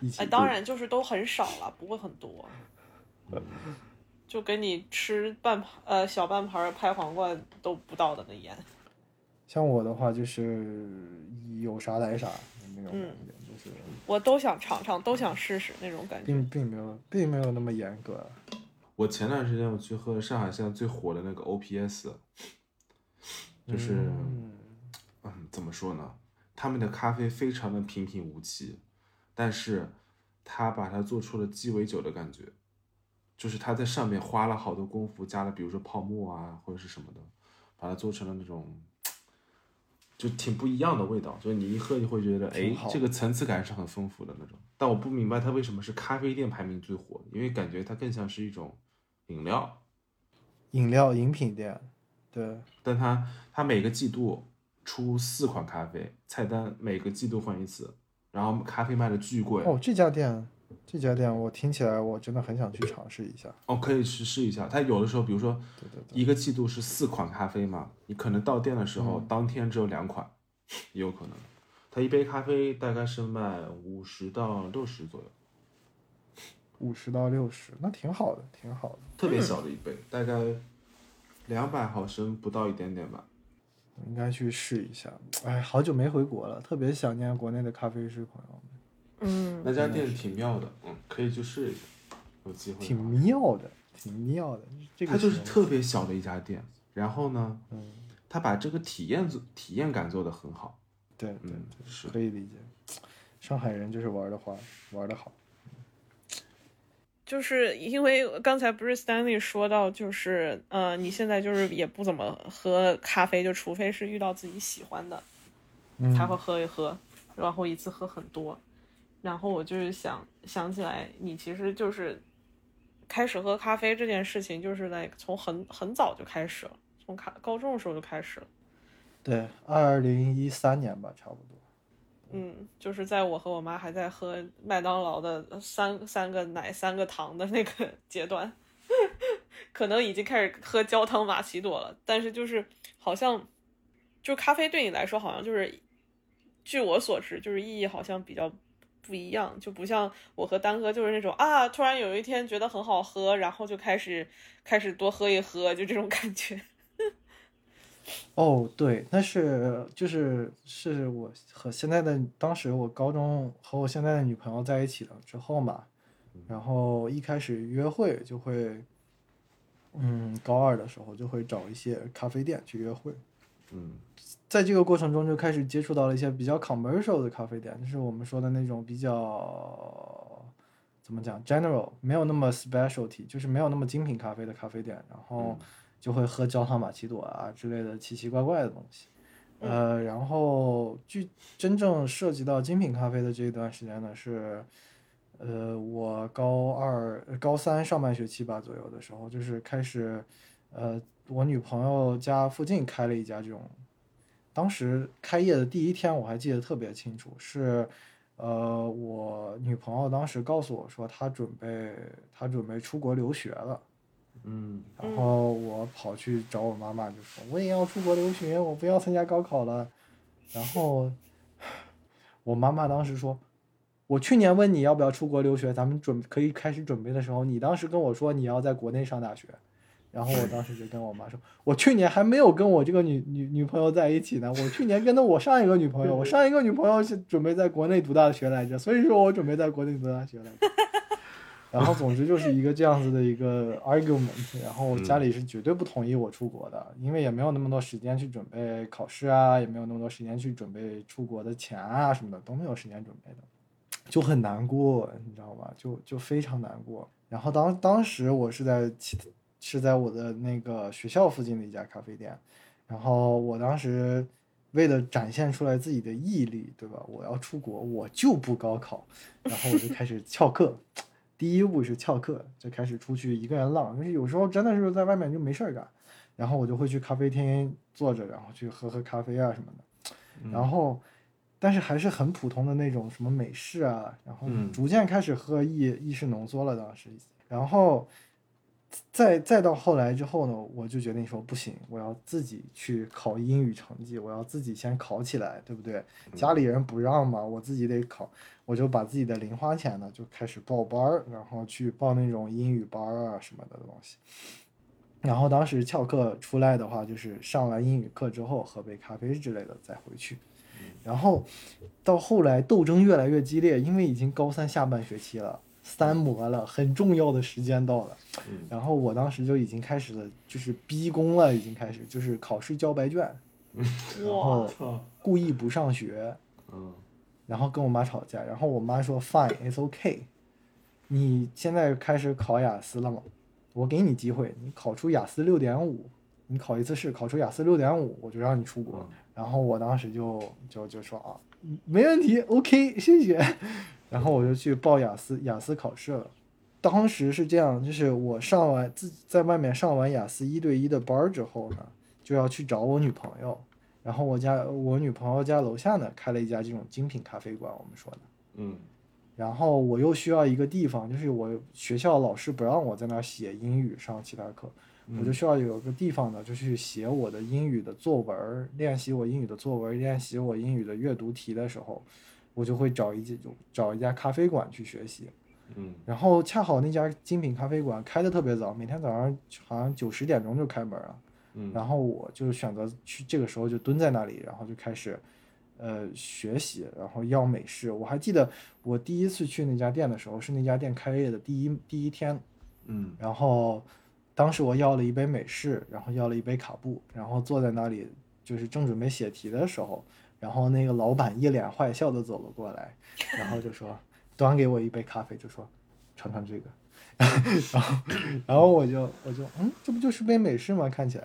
一起
哎，
对。
当然就是都很少了，不会很多。嗯就跟你吃半盘呃小半盘儿拍黄瓜都不到的那盐，
像我的话就是有啥来啥那种感
嗯
觉，就是
我都想尝尝，都想试试那种感觉。
并并没有并没有那么严格。
我前段时间我去喝了上海现在最火的那个 OPS，就是。
嗯，
嗯，怎么说呢？他们的咖啡非常的平平无奇，但是他把它做出了鸡尾酒的感觉，就是他在上面花了好多功夫，加了比如说泡沫啊或者是什么的，把它做成了那种就挺不一样的味道，就是你一喝你会觉得，哎
挺好，
这个层次感是很丰富的那种。但我不明白它为什么是咖啡店排名最火，因为感觉它更像是一种饮料。
饮料饮品店，对。
但它它每个季度出四款咖啡，菜单每个季度换一次，然后咖啡卖的巨贵
哦，这家店，这家店我听起来我真的很想去尝试一下。
哦可以去试一下。它有的时候，比如说
对对对，
一个季度是四款咖啡嘛，你可能到店的时候、
嗯
当天只有两款，也有可能。它一杯咖啡大概是卖五十到六十左右，
五十到六十，那挺好的，挺好的。
特别小的一杯，大概两百毫升不到一点点吧。
我应该去试一下。哎，好久没回国了，特别想念国内的咖啡师朋友们，
嗯，
那家店挺妙的，嗯，可以去试一下，有机会的话。
挺妙的，挺妙的。这个
它就是
形容
特别小的一家店，然后呢，
嗯
他把这个体验做体验感做得很好。
对对
嗯，
对，
是
可以理解。上海人就是玩的花，玩的好。
就是因为刚才不是 Stanley 说到，就是呃，你现在就是也不怎么喝咖啡，就除非是遇到自己喜欢的
嗯
才会喝一喝，然后一次喝很多。然后我就是想想起来，你其实就是开始喝咖啡这件事情，就是来从很很早就开始了，从咖高中的时候就开始了。
嗯对，二零一三年吧，差不多。
嗯，就是在我和我妈还在喝麦当劳的三三个奶三个糖的那个 阶段，可能已经开始喝焦糖玛奇朵了。但是就是好像，就咖啡对你来说好像就是，据我所知，就是意义好像比较不一样，就不像我和丹哥就是那种啊，突然有一天觉得很好喝，然后就开始开始多喝一喝，就这种感觉。
哦，对，但是就是是我和现在的当时我高中和我现在的女朋友在一起了之后嘛，然后一开始约会就会，嗯，高二的时候就会找一些咖啡店去约会，
嗯
在这个过程中就开始接触到了一些比较 commercial 的咖啡店，就是我们说的那种比较怎么讲 general 没有那么 specialty，就是没有那么精品咖啡的咖啡店，然后就会喝焦糖玛奇朵啊之类的奇奇怪怪的东西。呃，然后具真正涉及到精品咖啡的这一段时间呢，是呃我高二、呃高三上半学期吧左右的时候，就是开始呃我女朋友家附近开了一家这种当时开业的第一天，我还记得特别清楚，是，呃，我女朋友当时告诉我说，她准备她准备出国留学了，
嗯
然后我跑去找我妈妈，就说我也要出国留学，我不要参加高考了。然后我妈妈当时说，我去年问你要不要出国留学，咱们准可以开始准备的时候，你当时跟我说你要在国内上大学，然后我当时就跟我妈说，我去年还没有跟我这个女女女朋友在一起呢，我去年跟的我上一个女朋友，我上一个女朋友是准备在国内读大学来着，所以说我准备在国内读大学来着。然后总之就是一个这样子的一个 argument，然后家里是绝对不同意我出国的，因为也没有那么多时间去准备考试啊，也没有那么多时间去准备出国的钱啊什么的都没有时间准备的，就很难过，你知道吗？就就非常难过。然后当当时我是在其是在我的那个学校附近的一家咖啡店，然后我当时为了展现出来自己的毅力，对吧？我要出国，我就不高考，然后我就开始翘课。第一步是翘课，就开始出去一个人浪，就是有时候真的是在外面就没事儿干，然后我就会去咖啡厅坐着，然后去喝喝咖啡啊什么的，
嗯
然后但是还是很普通的那种什么美式啊，然后
嗯
逐渐开始喝意意式浓缩了当时，然后再再到后来之后呢，我就决定说不行，我要自己去考英语成绩，我要自己先考起来，对不对？
嗯
家里人不让嘛，我自己得考，我就把自己的零花钱呢就开始报班儿，然后去报那种英语班儿啊什么的东西。然后当时翘课出来的话，就是上完英语课之后喝杯咖啡之类的再回去。然后到后来斗争越来越激烈，因为已经高三下半学期了，三模了，很重要的时间到了。
嗯
然后我当时就已经开始了，就是逼宫了，已经开始就是考试交白卷，然
哇
后故意不上学，
嗯
然后跟我妈吵架，然后我妈说 Fine，it's okay，你现在开始考雅思了吗？我给你机会，你考出雅思六点五，你考一次试，考出雅思六点五，我就让你
嗯
出国。然后我当时就就就说啊，嗯没问题，OK，谢 谢。然后我就去报雅思雅思考试了。当时是这样，就是我上完自己在外面上完雅思一对一的班儿之后呢，就要去找我女朋友。然后我家我女朋友家楼下呢开了一家这种精品咖啡馆，我们说的。
嗯
然后我又需要一个地方，就是我学校老师不让我在那儿写英语上其他课，我
嗯
就需要有个地方呢，就去写我的英语的作文儿，练习我英语的作文儿，练习我英语的阅读题的时候，我就会找一找一家咖啡馆去学习。
嗯
然后恰好那家精品咖啡馆开的特别早，每天早上好像九十点钟就开门了。
嗯
然后我就选择去这个时候就蹲在那里，然后就开始呃学习，然后要美式。我还记得我第一次去那家店的时候，是那家店开业的第一第一天，
嗯
然后当时我要了一杯美式，然后要了一杯卡布，然后坐在那里就是正准备写题的时候，然后那个老板一脸坏笑的走了过来，然后就说端给我一杯咖啡，就说尝尝这个， 然后然后我就我就嗯，这不就是杯美式吗？看起来，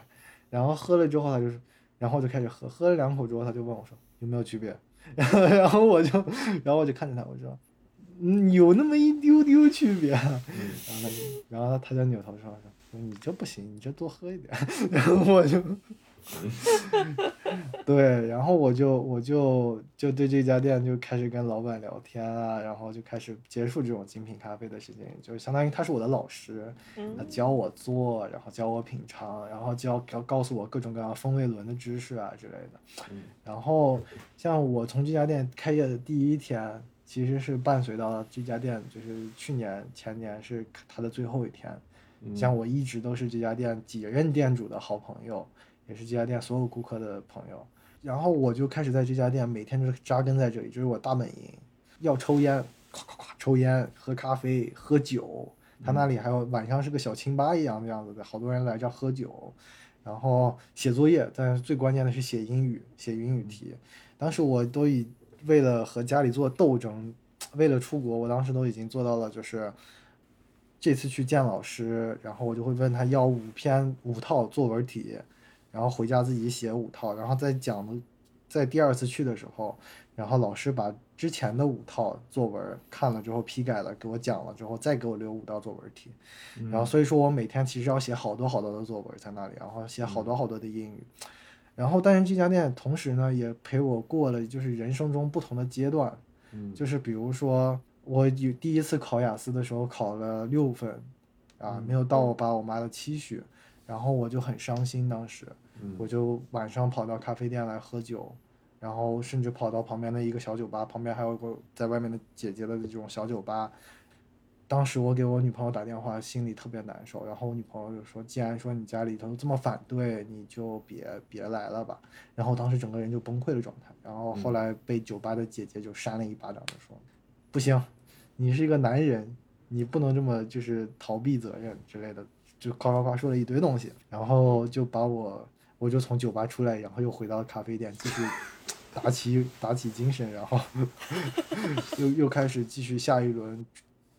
然后喝了之后他就是，然后我就开始喝，喝了两口之后他就问我说有没有区别， 然后然后我就然后我就看着他，我说。嗯，有那么一丢丢区别，然后他就，然后他就扭头说：“说你这不行，你这多喝一点。”然后我就，对，然后我就我就就对这家店就开始跟老板聊天啊，然后就开始接触这种精品咖啡的事情，就是相当于他是我的老师，他教我做，然后教我品尝，然后教教告诉我各种各样风味轮的知识啊之类的。然后像我从这家店开业的第一天，其实是伴随到了这家店，就是去年前年是
嗯
它的最后一天。像我一直都是这家店几任店主的好朋友，也是这家店所有顾客的朋友。然后我就开始在这家店每天都扎根在这里，这是我大本营。要抽烟，咵咵咵抽烟，喝咖啡，喝酒。他那里还有晚上是个小清吧一样的样子的，好多人来这儿喝酒，然后写作业，但是最关键的是写英语，写英语题。当时我都已为了和家里做斗争，为了出国，我当时都已经做到了，就是这次去见老师，然后我就会问他要五篇五套作文题，然后回家自己写五套，然后再讲的，在第二次去的时候，然后老师把之前的五套作文看了之后批改了，给我讲了之后，再给我留五道作文题，
嗯
然后所以说我每天其实要写好多好多的作文在那里，然后写好多好多的英语。然后，但是这家店同时呢，也陪我过了就是人生中不同的阶段，
嗯
就是比如说我有第一次考雅思的时候考了六分，啊，没有到我爸我妈的期许，然后我就很伤心，当时
嗯
我就晚上跑到咖啡店来喝酒，然后甚至跑到旁边的一个小酒吧，旁边还有个在外面的姐姐的这种小酒吧。当时我给我女朋友打电话，心里特别难受。然后我女朋友就说：“既然说你家里头这么反对，你就别别来了吧。”然后当时整个人就崩溃的状态。然后后来被酒吧的姐姐就扇了一巴掌，就说：“不行，你是一个男人，你不能这么就是逃避责任之类的，就夸夸夸说了一堆东西，然后就把我我就从酒吧出来，然后又回到咖啡店继续打起打起精神，然后 又又开始继续下一轮，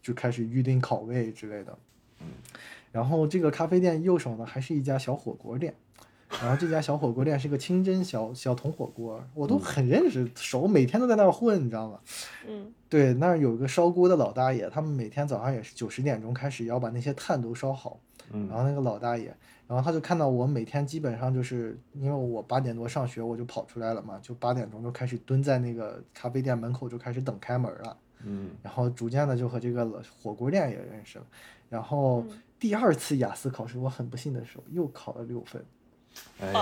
就开始预定烤位之类的。然后这个咖啡店右手呢，还是一家小火锅店。然后这家小火锅店是个清真小小铜火锅，我都很认识熟，每天都在那儿混，你知道吗？
嗯，
对，那儿有一个烧锅的老大爷，他们每天早上也是九十点钟开始要把那些炭都烧好。
嗯
然后那个老大爷，然后他就看到我每天基本上就是因为我八点多上学，我就跑出来了嘛，就八点钟就开始蹲在那个咖啡店门口就开始等开门了。
嗯
然后逐渐的就和这个老火锅店也认识了。然后
嗯
第二次雅思考试，我很不幸的时候又考了六分。
哎，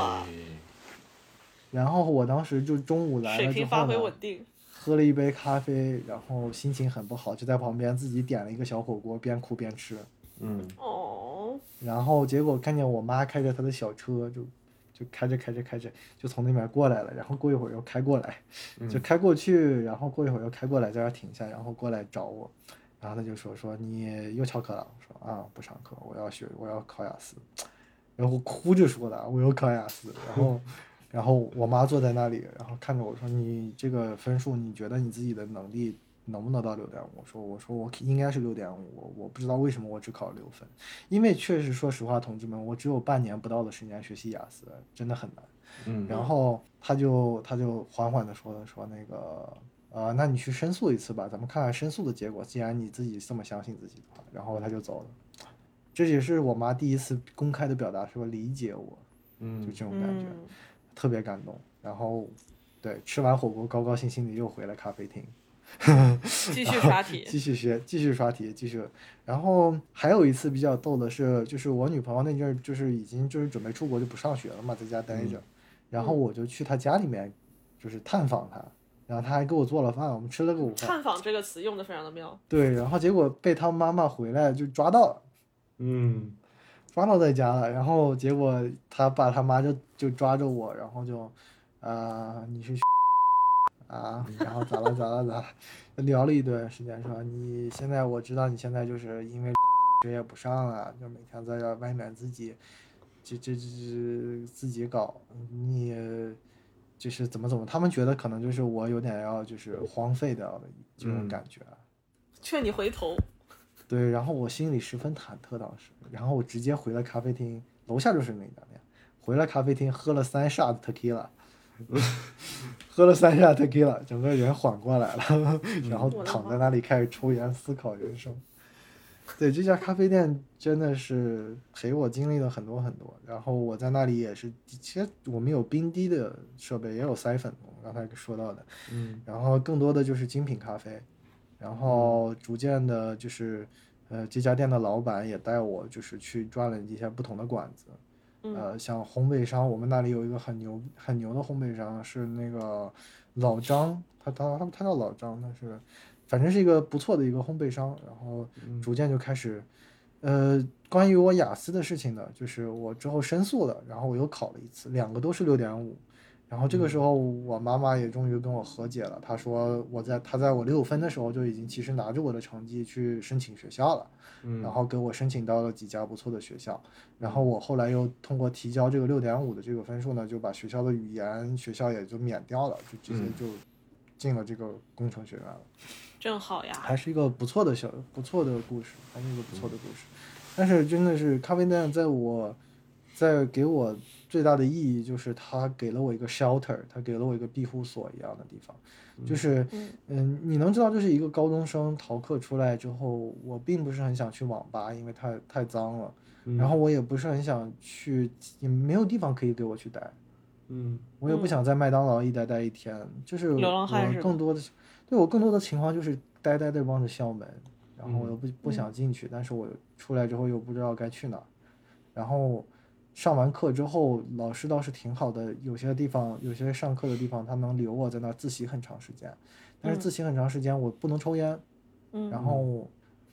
然后我当时就中午来
水
了之
平发
后
挥
呢，
稳定。
喝了一杯咖啡，然后心情很不好，就在旁边自己点了一个小火锅，边哭边吃。
嗯
哦，
然后结果看见我妈开着她的小车，就就开着开着开着就从那边过来了，然后过一会儿又开过来，就开过去，然后过一会儿又开过来，在这儿停下，然后过来找我，然后他就说说你又翘课了，我说啊不上课，我要学我要考雅思， 然后我哭着说的我要考雅思，然后然后我妈坐在那里，然后看着我说你这个分数你觉得你自己的能力。能不能到六点五？我说，我说我应该是六点五，我我不知道为什么我只考了六分。因为确实，说实话，同志们，我只有半年不到的时间学习雅思，真的很难。
嗯
然后他就他就缓缓地说了说那个呃，那你去申诉一次吧，咱们看看申诉的结果。既然你自己这么相信自己的话，然后他就走了。这也是我妈第一次公开的表达说理解我，就
嗯
这种感觉，
嗯，
特别感动。然后，对，吃完火锅高高兴兴的又回了咖啡厅。
继续刷题。
继续学，继续刷题，继续。然后还有一次比较逗的是，就是我女朋友那阵儿就是已经就是准备出国就不上学了嘛，在家待着，然后我就去她家里面就是探访她，然后她还给我做了饭，我们吃了个午饭。
探访这个词用的非常的妙，
对，然后结果被她妈妈回来就抓到了。
嗯
抓到在家了，然后结果他爸他妈就就抓着我，然后就，啊、你是啊， 然后咋了咋了咋了，聊了一段时间，说你现在我知道你现在就是因为学也不上了，就每天在这外面自己，这这这这自己搞，你就是怎么怎么，他们觉得可能就是我有点要就是荒废掉的这种
嗯
感觉啊，
劝你回头。
对，然后我心里十分忐忑当时，然后我直接回了咖啡厅，楼下就是那家店，回了咖啡厅喝了三 shot tequila，喝了三 shot tequila，整个人缓过来了， 然后
嗯我的
躺
妈
在那里开始抽烟思考人生。对，这家咖啡店真的是陪我经历了很多很多，然后我在那里也是，其实我们有冰滴的设备，也有塞粉，我刚才说到的，
嗯
然后更多的就是精品咖啡，然后逐渐的就是，呃，这家店的老板也带我就是去转了一些不同的馆子，
嗯，
呃，像烘焙商，我们那里有一个很牛很牛的烘焙商是那个老张，他他他他叫老张，但是反正是一个不错的一个烘焙商，然后逐渐就开始呃，关于我雅思的事情呢，就是我之后申诉了，然后我又考了一次，两个都是六点五。然后这个时候，我妈妈也终于跟我和解了。她说，我在她在我六分的时候就已经其实拿着我的成绩去申请学校了，然后给我申请到了几家不错的学校。然后我后来又通过提交这个六点五的这个分数呢，就把学校的语言学校也就免掉了，就直接就进了这个工程学院了。
正好呀，
还是一个不错的小不错的故事，还是一个不错的故事。但是真的是咖啡店，在我在给我最大的意义就是它给了我一个 shelter，它给了我一个庇护所一样的地方。就是
嗯
嗯，你能知道，就是一个高中生逃课出来之后，我并不是很想去网吧，因为太太脏了。
嗯
然后我也不是很想去，也没有地方可以给我去待。
嗯
我也不
嗯
想在麦当劳一待待一天，就是
流浪
我
汉似的
更多的，对我更多的情况就是呆呆的望着校门，然后我又不不
嗯
想进去，但是我出来之后又不知道该去哪儿，然后上完课之后，老师倒是挺好的，有些地方有些上课的地方他能留我在那儿自习很长时间，但是
嗯
自习很长时间我不能抽烟，
嗯
然后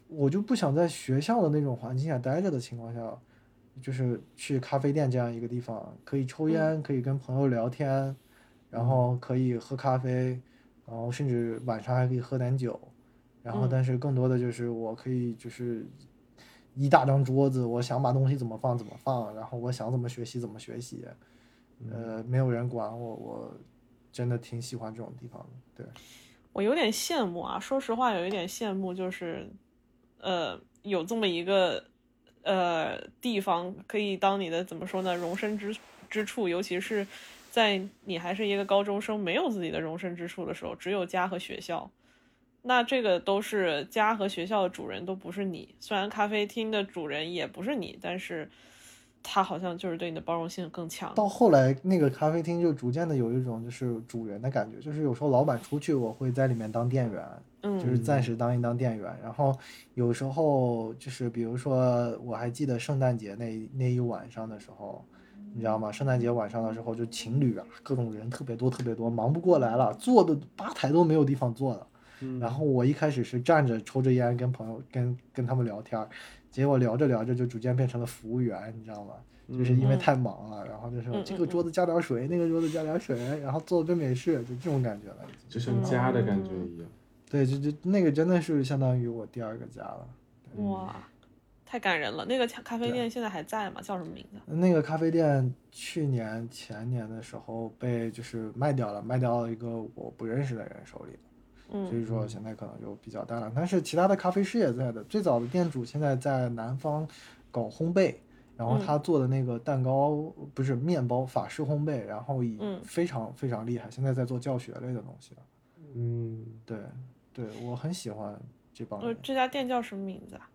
我就不想在学校的那种环境下待着的情况下，就是去咖啡店这样一个地方，可以
嗯
抽烟，可以跟朋友聊天，然后可以喝咖啡，然后甚至晚上还可以喝点酒，然后
嗯
但是更多的就是我可以就是一大张桌子，我想把东西怎么放怎么放，然后我想怎么学习怎么学习，
嗯
呃，没有人管我，我真的挺喜欢这种地方的，对。
我有点羡慕啊，说实话，有一点羡慕，就是，呃，有这么一个呃地方可以当你的怎么说呢，容身之之处，尤其是在你还是一个高中生，没有自己的容身之处的时候，只有家和学校。那这个都是家和学校的主人都不是你，虽然咖啡厅的主人也不是你，但是他好像就是对你的包容性更强。
到后来，那个咖啡厅就逐渐的有一种就是主人的感觉，就是有时候老板出去，我会在里面当店员，就
嗯
是暂时当一当店员。然后有时候就是比如说，我还记得圣诞节那那一晚上的时候，你知道吗？圣诞节晚上的时候，就情侣啊，各种人特别多，特别多，忙不过来了，坐的吧台都没有地方坐了。
嗯
然后我一开始是站着抽着烟跟朋友跟跟他们聊天儿，结果聊着聊着就逐渐变成了服务员，你知道吗？就是因为
嗯
太忙了，然后就说
嗯
这
嗯
个桌子加点水，那个桌子加点水，然后做杯美式，就这种感觉了已经。
嗯就像
嗯
家的感觉一样。
对，就就那个真的是相当于我第二个家了。
嗯哇，太感人了！那个咖啡
嗯对啊
店现在还在吗？叫什么名字？
那个咖啡店去年前年的时候被就是卖掉了，卖掉了一个我不认识的人手里，所
嗯
以说现在可能就比较淡了。但是其他的咖啡师也在的，最早的店主现在在南方搞烘焙，然后
嗯
他做的那个蛋糕、不是面包法式烘焙，然后以
嗯
非常非常厉害，现在在做教学类的东西了。
嗯，
对，对我很喜欢这帮
呃，
人。
这家店叫什么名字啊？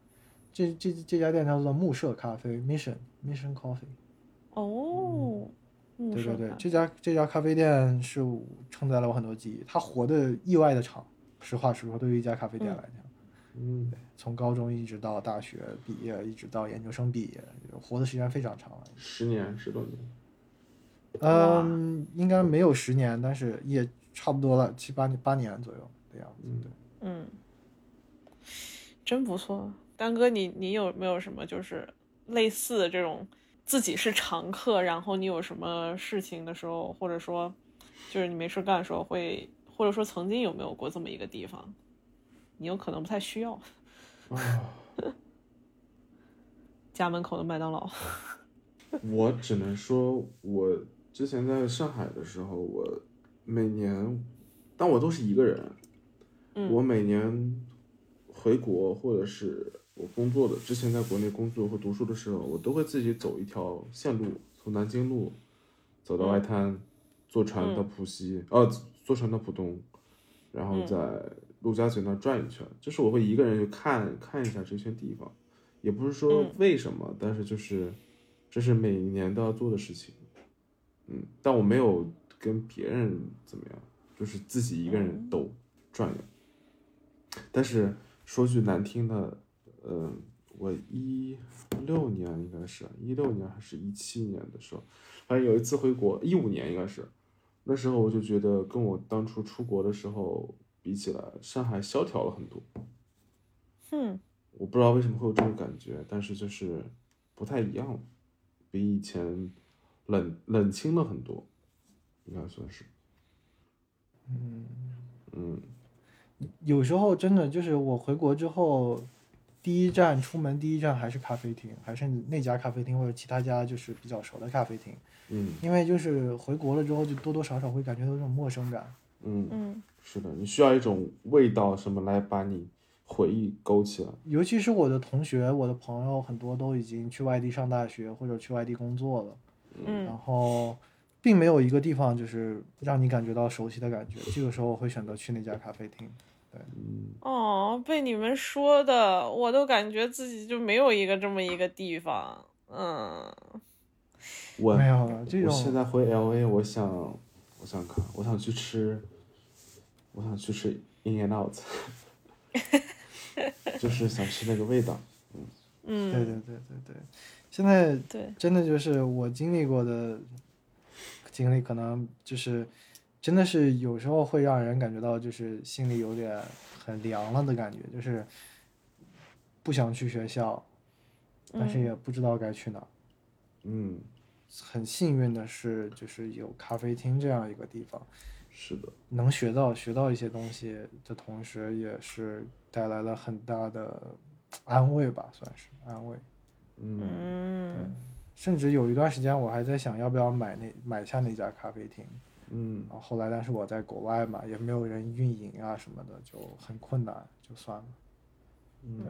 这这这家店叫做木舍咖啡 （Mission Mission Coffee）。
哦，木
嗯对
舍
对对
咖，
这家这家咖啡店是我承载了我很多记忆，它活的意外的长。实话实说，对于一家咖啡店
嗯
来讲，
嗯，
从高中一直到大学毕业，一直到研究生毕业，活的时间非常长了。
十年十多年，
哇
嗯，应该没有十年，但是也差不多了，七八年八年左右的样子。
嗯
对，
嗯，真不错。丹哥你，你有没有什么就是类似的这种自己是常客，然后你有什么事情的时候，或者说就是你没事干的时候会，或者说曾经有没有过这么一个地方？你有可能不太需要
啊，
家门口的麦当劳。
我只能说，我之前在上海的时候，我每年，但我都是一个人，
嗯
我每年回国或者是我工作的之前在国内工作或读书的时候，我都会自己走一条线路，从南京路走
嗯
到外滩，坐船到浦西，呃，坐船到浦东，然后
嗯
在陆家嘴那转一圈，就是我会一个人去看看一下这些地方，也不是说
嗯
为什么，但是就是这是每年都要做的事情，嗯，但我没有跟别人怎么样，就是自己一个人
嗯
兜、转悠。但是说句难听的，嗯，我一六年应该是一六年还是一七年的时候，反正有一次回国，一五年应该是，那时候我就觉得跟我当初出国的时候比起来，上海萧条了很多。
哼，
我不知道为什么会有这种感觉，但是就是不太一样了，比以前冷冷清了很多，应该算是。嗯
有时候真的就是我回国之后，第一站出门第一站还是咖啡厅，还是那家咖啡厅或者其他家就是比较熟的咖啡厅，
嗯
因为就是回国了之后就多多少少会感觉到这种陌生感。
嗯嗯，
嗯，
是的，你需要一种味道什么来把你回忆勾起来。
尤其是我的同学、我的朋友很多都已经去外地上大学或者去外地工作了，
嗯
然后并没有一个地方就是让你感觉到熟悉的感觉。这个时候我会选择去那家咖啡厅。
哦，被你们说的，我都感觉自己就没有一个这么一个地方。嗯，
我
没有了，这
我
种
现在回 L A，我想，我想看，我想去吃，我想去吃 In and Out，就是想吃那个味道。
对
嗯，
对对对对，现在
对
真的就是我经历过的经历，可能就是真的是有时候会让人感觉到就是心里有点很凉了的感觉，就是不想去学校，但是也不知道该去哪儿。
嗯，
很幸运的是，就是有咖啡厅这样一个地方，
是的，
能学到学到一些东西的同时，也是带来了很大的安慰吧，算是安慰。
嗯，
嗯，
甚至有一段时间，我还在想要不要买那买下那家咖啡厅。
嗯
然后后来，但是我在国外嘛，也没有人运营啊什么的，就很困难，就算了。
嗯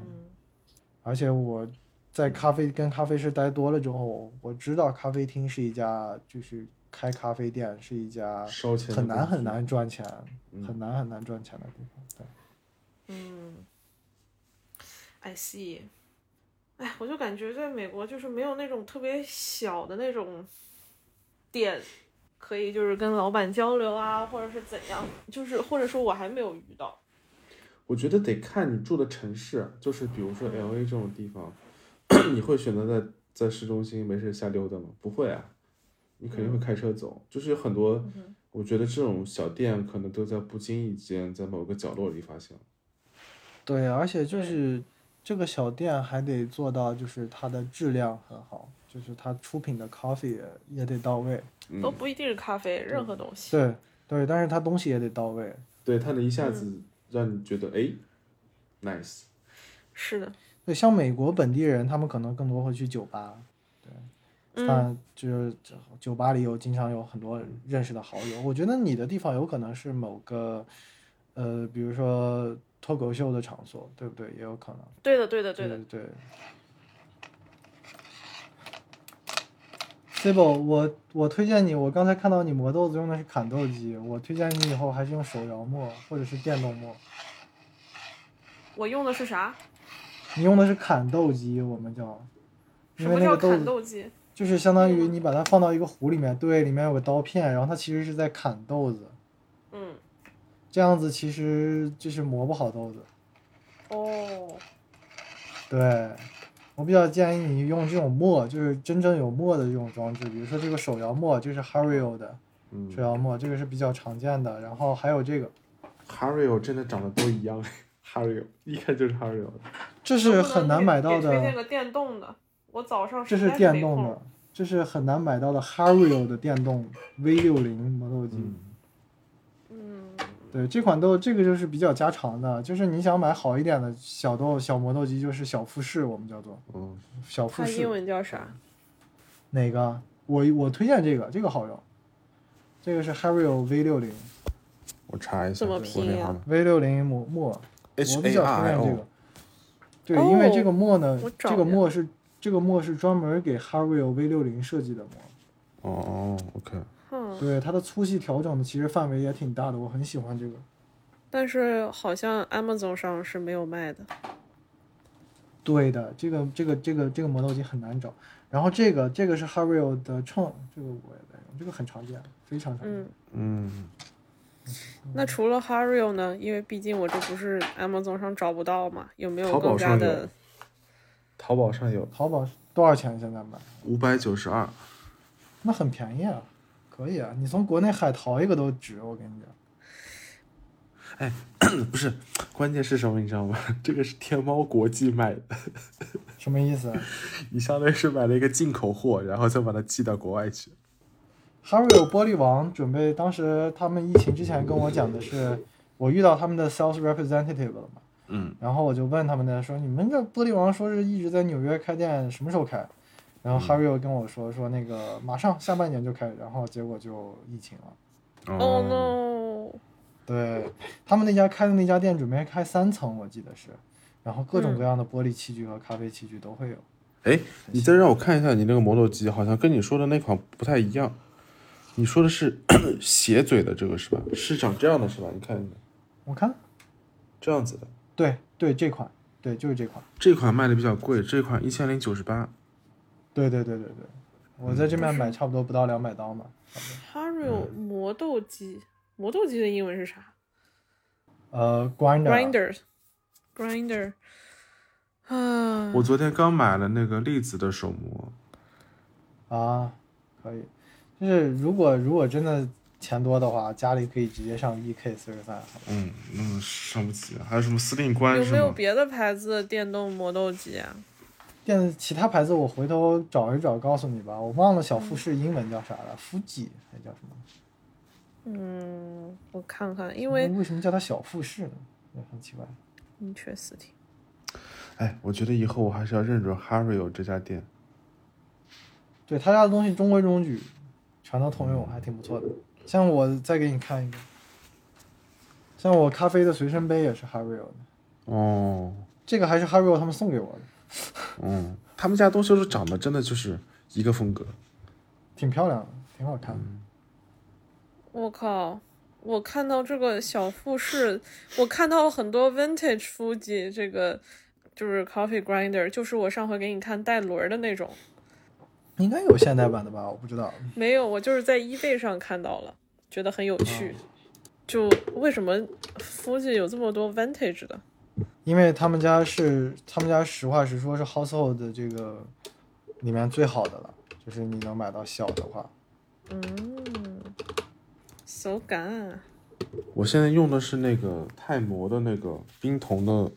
而且我在咖啡跟咖啡师待多了之后，我知道咖啡厅是一家就是开咖啡店是一家
烧钱的
很难
工具
很难赚钱，
嗯
很难很难赚钱的地方。对，
嗯，I see。哎，我就感觉在美国就是没有那种特别小的那种店，可以就是跟老板交流啊，或者是怎样，就是或者说我还没有遇到。
我觉得得看你住的城市，就是比如
嗯
说 L A 这种地方， 你会选择在在市中心没事瞎溜达吗？不会啊，你肯定
嗯
会开车走。就是有很多，我觉得这种小店可能都在不经意间在某个角落里发现。
对，而且就是这个小店还得做到就是它的质量很好，就是它出品的 coffee 也也得到位。
嗯
都不一定是咖啡，任何东西。
对对，但是它东西也得到位。
对，它能一下
嗯
子让你觉得哎，nice，
是的，
对，像美国本地人，他们可能更多会去酒吧，
嗯，
但就是酒吧里有经常有很多认识的好友。我觉得你的地方有可能是某个，呃，比如说脱口秀的场所，对不对？也有可能。
对的，对的，对的
对。对。Sable，我我推荐你，我刚才看到你磨豆子用的是砍豆机，我推荐你以后还是用手摇磨或者是电动磨。
我用的是啥？
你用的是砍豆机，我们叫，
什
因为
么
那
叫
个豆
砍
子
豆机？
就是相当于你把它放到一个壶里面，对，里面有个刀片，然后它其实是在砍豆子，
嗯，
这样子其实就是磨不好豆子。
哦，
对，我比较建议你用这种磨，就是真正有磨的这种装置，比如说这个手摇磨，这是 Hario 的
嗯
手摇磨，这个是比啊较常见的。然后还有这个，
，Hario 真的长得都一样 ，Hario 一看就是 Hario，
这是
能不能
很难
给
买到
给推荐
的，
个电动的，我早上
这
实
是
在
电
没
动
空
的，这是很难买到的 Hario 的电动 V 六零磨豆机。
嗯
嗯，
对，这款豆这个就是比较家常的，就是你想买好一点的小豆小磨豆机，就是小富士，我们叫做
嗯，
小富
它英
士。
文叫啥？
哪个？我我推荐这个，这个好用。这个是 Hario V 六零
我查一下，
怎么拼呀
V 六零磨磨，我比较推荐这个。对，
哦
因为这个磨呢
我，找
这个
着
磨是这个磨是专门给 Hario V 六零设计的磨。
哦哦，OK，
嗯，
对，它的粗细调整的其实范围也挺大的，我很喜欢这个。
但是好像 Amazon 上是没有卖的。嗯
对的，这个这个这个这个磨豆机很难找。然后这个这个是 Hario 的秤，这个我也在用，这个很常见，非常常见。
嗯，
嗯，
那除了 Hario 呢？因为毕竟我这不是 Amazon 上找不到嘛，有没有
淘宝
更加
上有
的？
淘宝上有
淘宝多少钱现在买？
五百九十二，
那很便宜啊，可以啊，你从国内海淘一个都值，我跟你讲。
不是，关键是什么你知道吗？ 这个是天猫国际卖的，
什么意思？啊
你相当于是买了一个进口货，然后再把它寄到国外去。
Harrio 玻璃王准备，当时他们疫情之前跟我讲的是，我遇到他们的 sales representative 了嘛，
嗯，
然后我就问他们的说，你们这玻璃王说是一直在纽约开店，什么时候开？然后 Harrio 跟我说说那个马上下半年就开，然后结果就疫情了。
哦
啊
Oh no！
对他们那家开的那家店准备开三层，我记得是，然后各种各样的玻璃器具和咖啡器具都会有。
哎，你再让我看一下你那个磨豆机，好像跟你说的那款不太一样。你说的是 斜嘴的这个是吧？是长这样的是吧？你看一下，
我看，
这样子的。
对对，这款，对就是这款，
这款卖的比较贵，这款一千零九十八。
对对对对对，我在这边买差不多不到两百刀嘛，差不多
Hario
嗯
磨豆机，磨豆机的英文是啥
呃，grinder 啊
？Grinder，Grinder，啊，
我昨天刚买了那个栗子的手磨，
啊，可以，就是如果如果真的钱多的话，家里可以直接上 EK 四十三，
嗯嗯，上不起，还有什么司令官
啊有
是
没有
吗？
别的牌子的电动磨豆机啊？
电子其他牌子我回头找一找告诉你吧，我忘了小富士英文叫啥了，富吉还叫什么？
嗯，我看看，因
因
为嗯
为什么叫它小富士呢？也很奇怪。
interesting。
哎，我觉得以后我还是要认准 Hario 这家店。
对他家的东西中规中矩，全都通用，还挺不错的。像我再给你看一个，像我咖啡的随身杯也是 Hario 的，
哦，
这个还是 Hario 他们送给我的，
嗯，他们家东西都长得真的就是一个风格。
挺漂亮的，挺好看的。
我靠！我看到这个小富士，我看到很多 vintage Fuji 这个就是 coffee grinder，就是我上回给你看带轮儿的那种。
应该有现代版的吧？我不知道。
没有，我就是在 eBay 上看到了，觉得很有趣。
哦
就为什么 Fuji 有这么多 vintage 的？
因为他们家是他们家实话实说是 household 的这个里面最好的了，就是你能买到小的话，
嗯手感啊
我现在用的是那个泰摩的那个冰桶的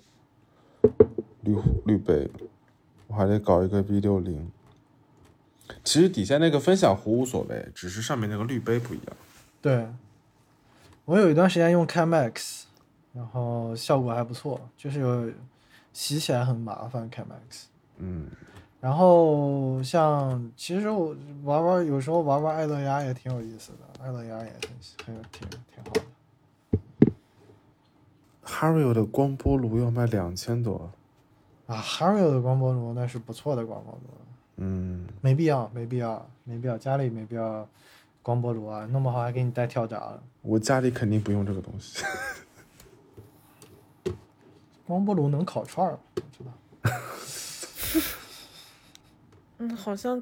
滤滤杯，我还得搞一个 B 六零。其实底下那个分享壶无所谓，只是上面那个滤杯不一样。
对，我有一段时间用 Chemex，然后效果还不错，就是有洗起来很麻烦 Chemex。
嗯，
然后像其实我玩玩，有时候玩玩爱乐压也挺有意思的，爱乐压也挺很挺挺好的。
Hario 的光波炉要卖两千多，
啊，Hario 的光波炉那是不错的光波炉，
嗯，
没必要，没必要，没必要，家里没必要光波炉啊，弄不好还给你带跳闸了。
我家里肯定不用这个东西。
光波炉能烤串儿吗，我知道。
嗯，好像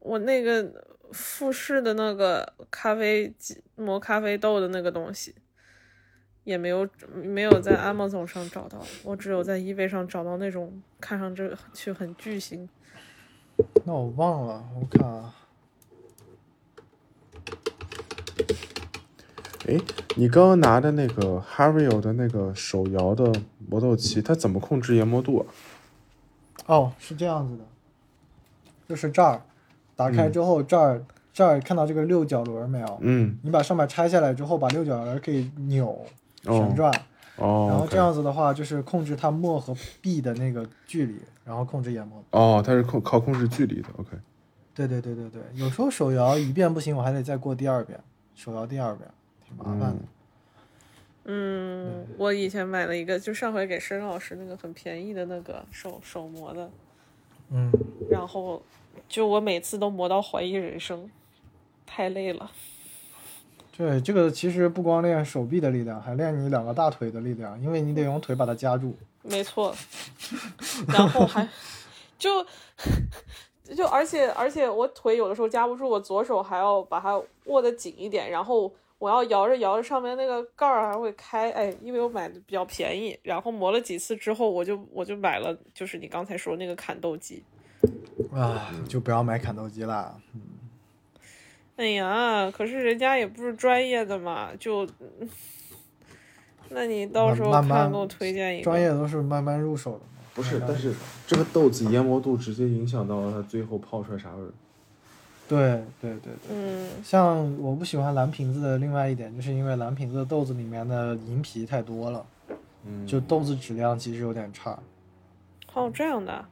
我那个富士的那个咖啡机磨咖啡豆的那个东西，也没有没有在 Amazon 上找到，我只有在 eBay 上找到那种看上这去很巨型。嗯
那我忘了，我看啊，
哎，你刚刚拿的那个 Hario 的那个手摇的磨豆机，它怎么控制研磨度啊？
哦，是这样子的，就是这儿，打开之后，这儿这儿看到这个六角轮没有？
嗯，
你把上面拆下来之后，把六角轮可以扭旋
哦
转，
哦，
然后
OK
这样子的话，就是控制它墨和壁的那个距离，然后控制研磨。
哦，它是控靠控制距离的，OK。
对对对对对，有时候手摇一遍不行，我还得再过第二遍，手摇第二遍挺麻烦的。
嗯，我以前买了一个，就上回给申老师那个很便宜的那个手手磨的，
嗯，
然后就我每次都磨到怀疑人生，太累了。
对，这个其实不光练手臂的力量，还练你两个大腿的力量，因为你得用腿把它夹住。
没错，然后 还就就而且而且我腿有的时候夹不住，我左手还要把它握得紧一点，然后我要摇着摇着上面那个盖儿还会开，哎，因为我买的比较便宜，然后磨了几次之后，我就我就买了，就是你刚才说那个砍豆机。
啊，就不要买砍豆机啦。
哎呀，可是人家也不是专业的嘛，就那你到时候
慢慢
看给我推荐一个。
专业都是慢慢入手的嘛。
不是，
慢慢
但是这个豆子研磨度直接影响到了它最后泡出来啥味儿。
对对对对，
嗯
像我不喜欢蓝瓶子的另外一点，就是因为蓝瓶子的豆子里面的银皮太多了，
嗯，
就豆子质量其实有点差。
哦，这样的啊，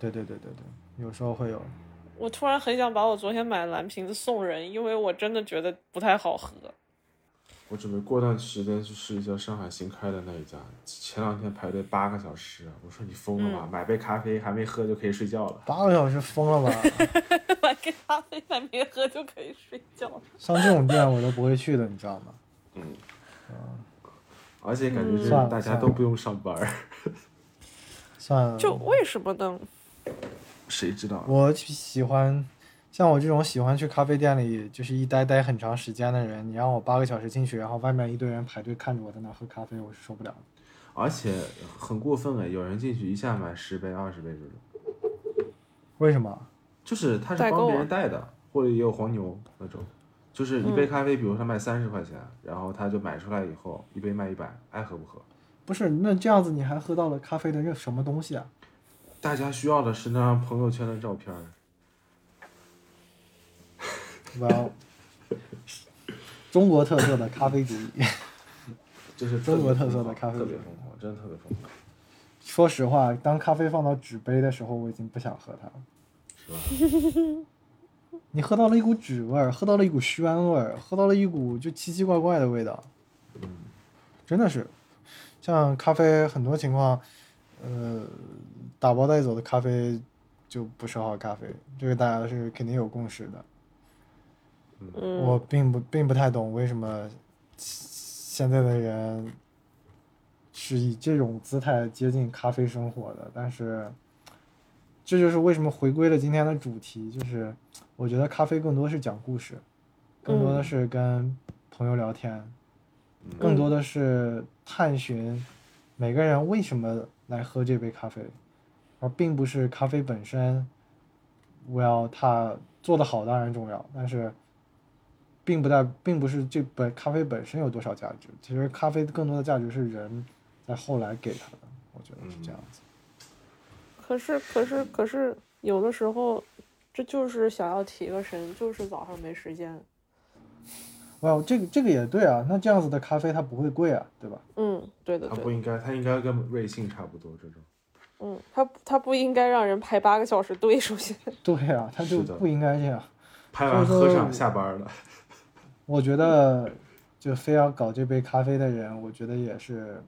对对对对对，有时候会有。
我突然很想把我昨天买的蓝瓶子送人，因为我真的觉得不太好喝。
我准备过段时间去试一下上海新开的那一家，前两天排队八个小时，啊我说你疯了吧？
嗯
买杯咖啡还没喝就可以睡觉了。
八个小时疯了 吧？
买个咖啡，买没喝就可以睡觉了。
像这种店我都不会去的，你知道吗？
而且感觉是
算了
大家
嗯算了
都不用上班儿，
算了，
就为什么呢？
谁知道啊？
我喜欢，像我这种喜欢去咖啡店里就是一待待很长时间的人，你让我八个小时进去，然后外面一堆人排队看着我在那喝咖啡，我是受不了的。
而且很过分哎，有人进去一下买十杯、二十杯这种，
为什么？
就是他是
代
帮
购
别
啊
人带的，或者也有黄牛那种，就是一
嗯
杯咖啡，比如他卖三十块钱，然后他就买出来以后一杯卖一百，爱喝不喝。
不是，那这样子你还喝到了咖啡的任什么东西啊？
大家需要的是那张朋友圈的照片儿，
哇 哦，中国特色的咖啡主义。
就是
中国
特别
特色
疯
的咖
狂
啡
特
文
别
化
疯狂，真的特别疯狂，
说实话，当咖啡放到纸杯的时候，我已经不想喝它了。
是吧？
你喝到了一股纸味儿，喝到了一股酸味儿，喝到了一股就奇奇怪怪的味道，
嗯
真的是。像咖啡很多情况，呃，打包带走的咖啡就不是好咖啡，这个大家是肯定有共识的。
嗯，
我并不并不太懂为什么现在的人是以这种姿态接近咖啡生活的，但是这就是为什么回归了今天的主题，就是我觉得咖啡更多是讲故事，更多的
嗯
是跟朋友聊天，更多的是探寻每个人为什么来喝这杯咖啡，而并不是咖啡本身。Well，它做得好当然重要，但是并不代并不是这本咖啡本身有多少价值，其实咖啡更多的价值是人在后来给它的，我觉得是这样子。
可是可是可是有的时候，这就是想要提个神，就是早上没时间。
哇、这个这个也对啊，那这样子的咖啡它不会贵啊，对吧？
嗯，对的
他
对
不
的，
应该，他应该跟瑞幸差不多这种。
嗯，他他不应该让人排八个小时队，首 先。
对啊，它就是
的
不应该这样。
拍完
所以
喝
说
上下班了，
我觉得就非要搞这杯咖啡的人，我觉得也是，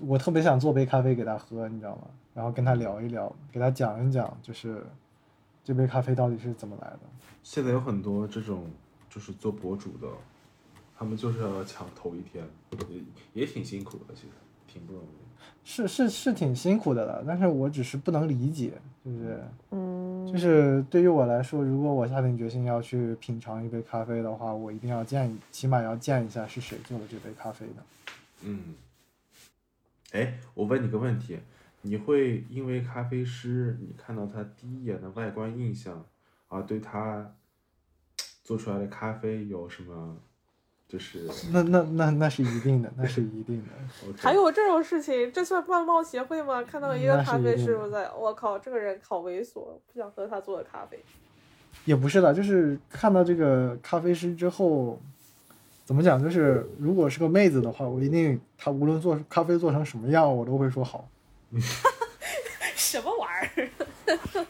我特别想做杯咖啡给他喝，你知道吗？然后跟他聊一聊，给他讲一讲，就是这杯咖啡到底是怎么来的。
现在有很多这种就是做博主的，他们就是要抢头一天，也也挺辛苦的，其实挺不容易。
是是是挺辛苦的了，但是我只是不能理解，就是
嗯，
就是对于我来说，如果我下定决心要去品尝一杯咖啡的话，我一定要见，起码要见一下是谁做的这杯咖啡的。
嗯，哎，我问你个问题，你会因为咖啡师你看到他第一眼的外观印象啊，对他做出来的咖啡有什么？就是
那那那那是一定的，那是一定的。
还有这种事情，这算外贸协会吗？看到一个
那是
咖
一
啡
定
师，
的
我在，我靠，这个人好猥琐，不想喝他做的咖啡。
也不是的，就是看到这个咖啡师之后，怎么讲？就是如果是个妹子的话，我一定她无论做咖啡做成什么样，我都会说好。
什么玩意儿？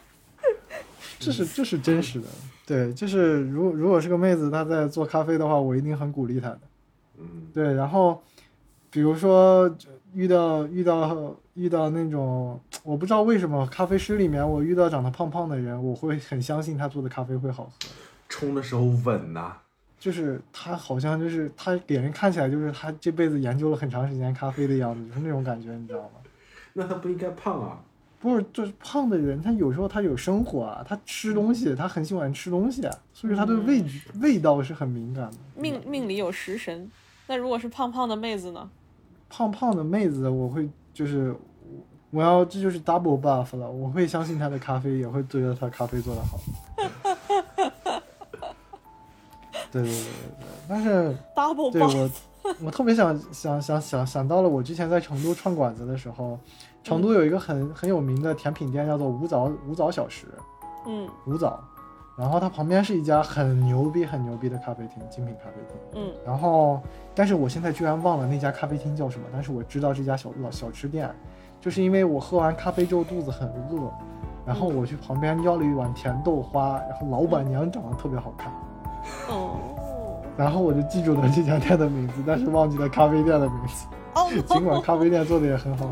这是这是真实的，对，就是如如果是个妹子她在做咖啡的话，我一定很鼓励她的。
嗯，
对，然后比如说就遇到遇到遇到那种我不知道为什么咖啡师里面我遇到长得胖胖的人，我会很相信他做的咖啡会好喝。
冲的时候稳呐、
就是他好像就是他给人看起来就是他这辈子研究了很长时间咖啡的样子，就是那种感觉，你知道吗？
那他不应该胖啊。
不是，就是胖的人，他有时候他有生活啊，他吃东西，他很喜欢吃东西啊，所以他对味、味道是很敏感的。
命命里有食神。那如果是胖胖的妹子呢？
胖胖的妹子，我会就是我要这就是 double buff 了，我会相信她的咖啡，也会觉得她咖啡做得好。 对对对对对，但是
double
对
buff，
我我特别想想想想想到了我之前在成都串馆子的时候，成都有一个很很有名的甜品店，叫做五枣五枣小食，
嗯
五枣。然后它旁边是一家很牛逼很牛逼的咖啡厅，精品咖啡厅。
嗯
然后，但是我现在居然忘了那家咖啡厅叫什么，但是我知道这家小老小吃店，就是因为我喝完咖啡之后肚子很饿，然后我去旁边要了一碗甜豆花，然后老板娘长得特别好看，
哦
然后我就记住了这家店的名字，但是忘记了咖啡店的名字。
哦，
尽管咖啡店做的也很好，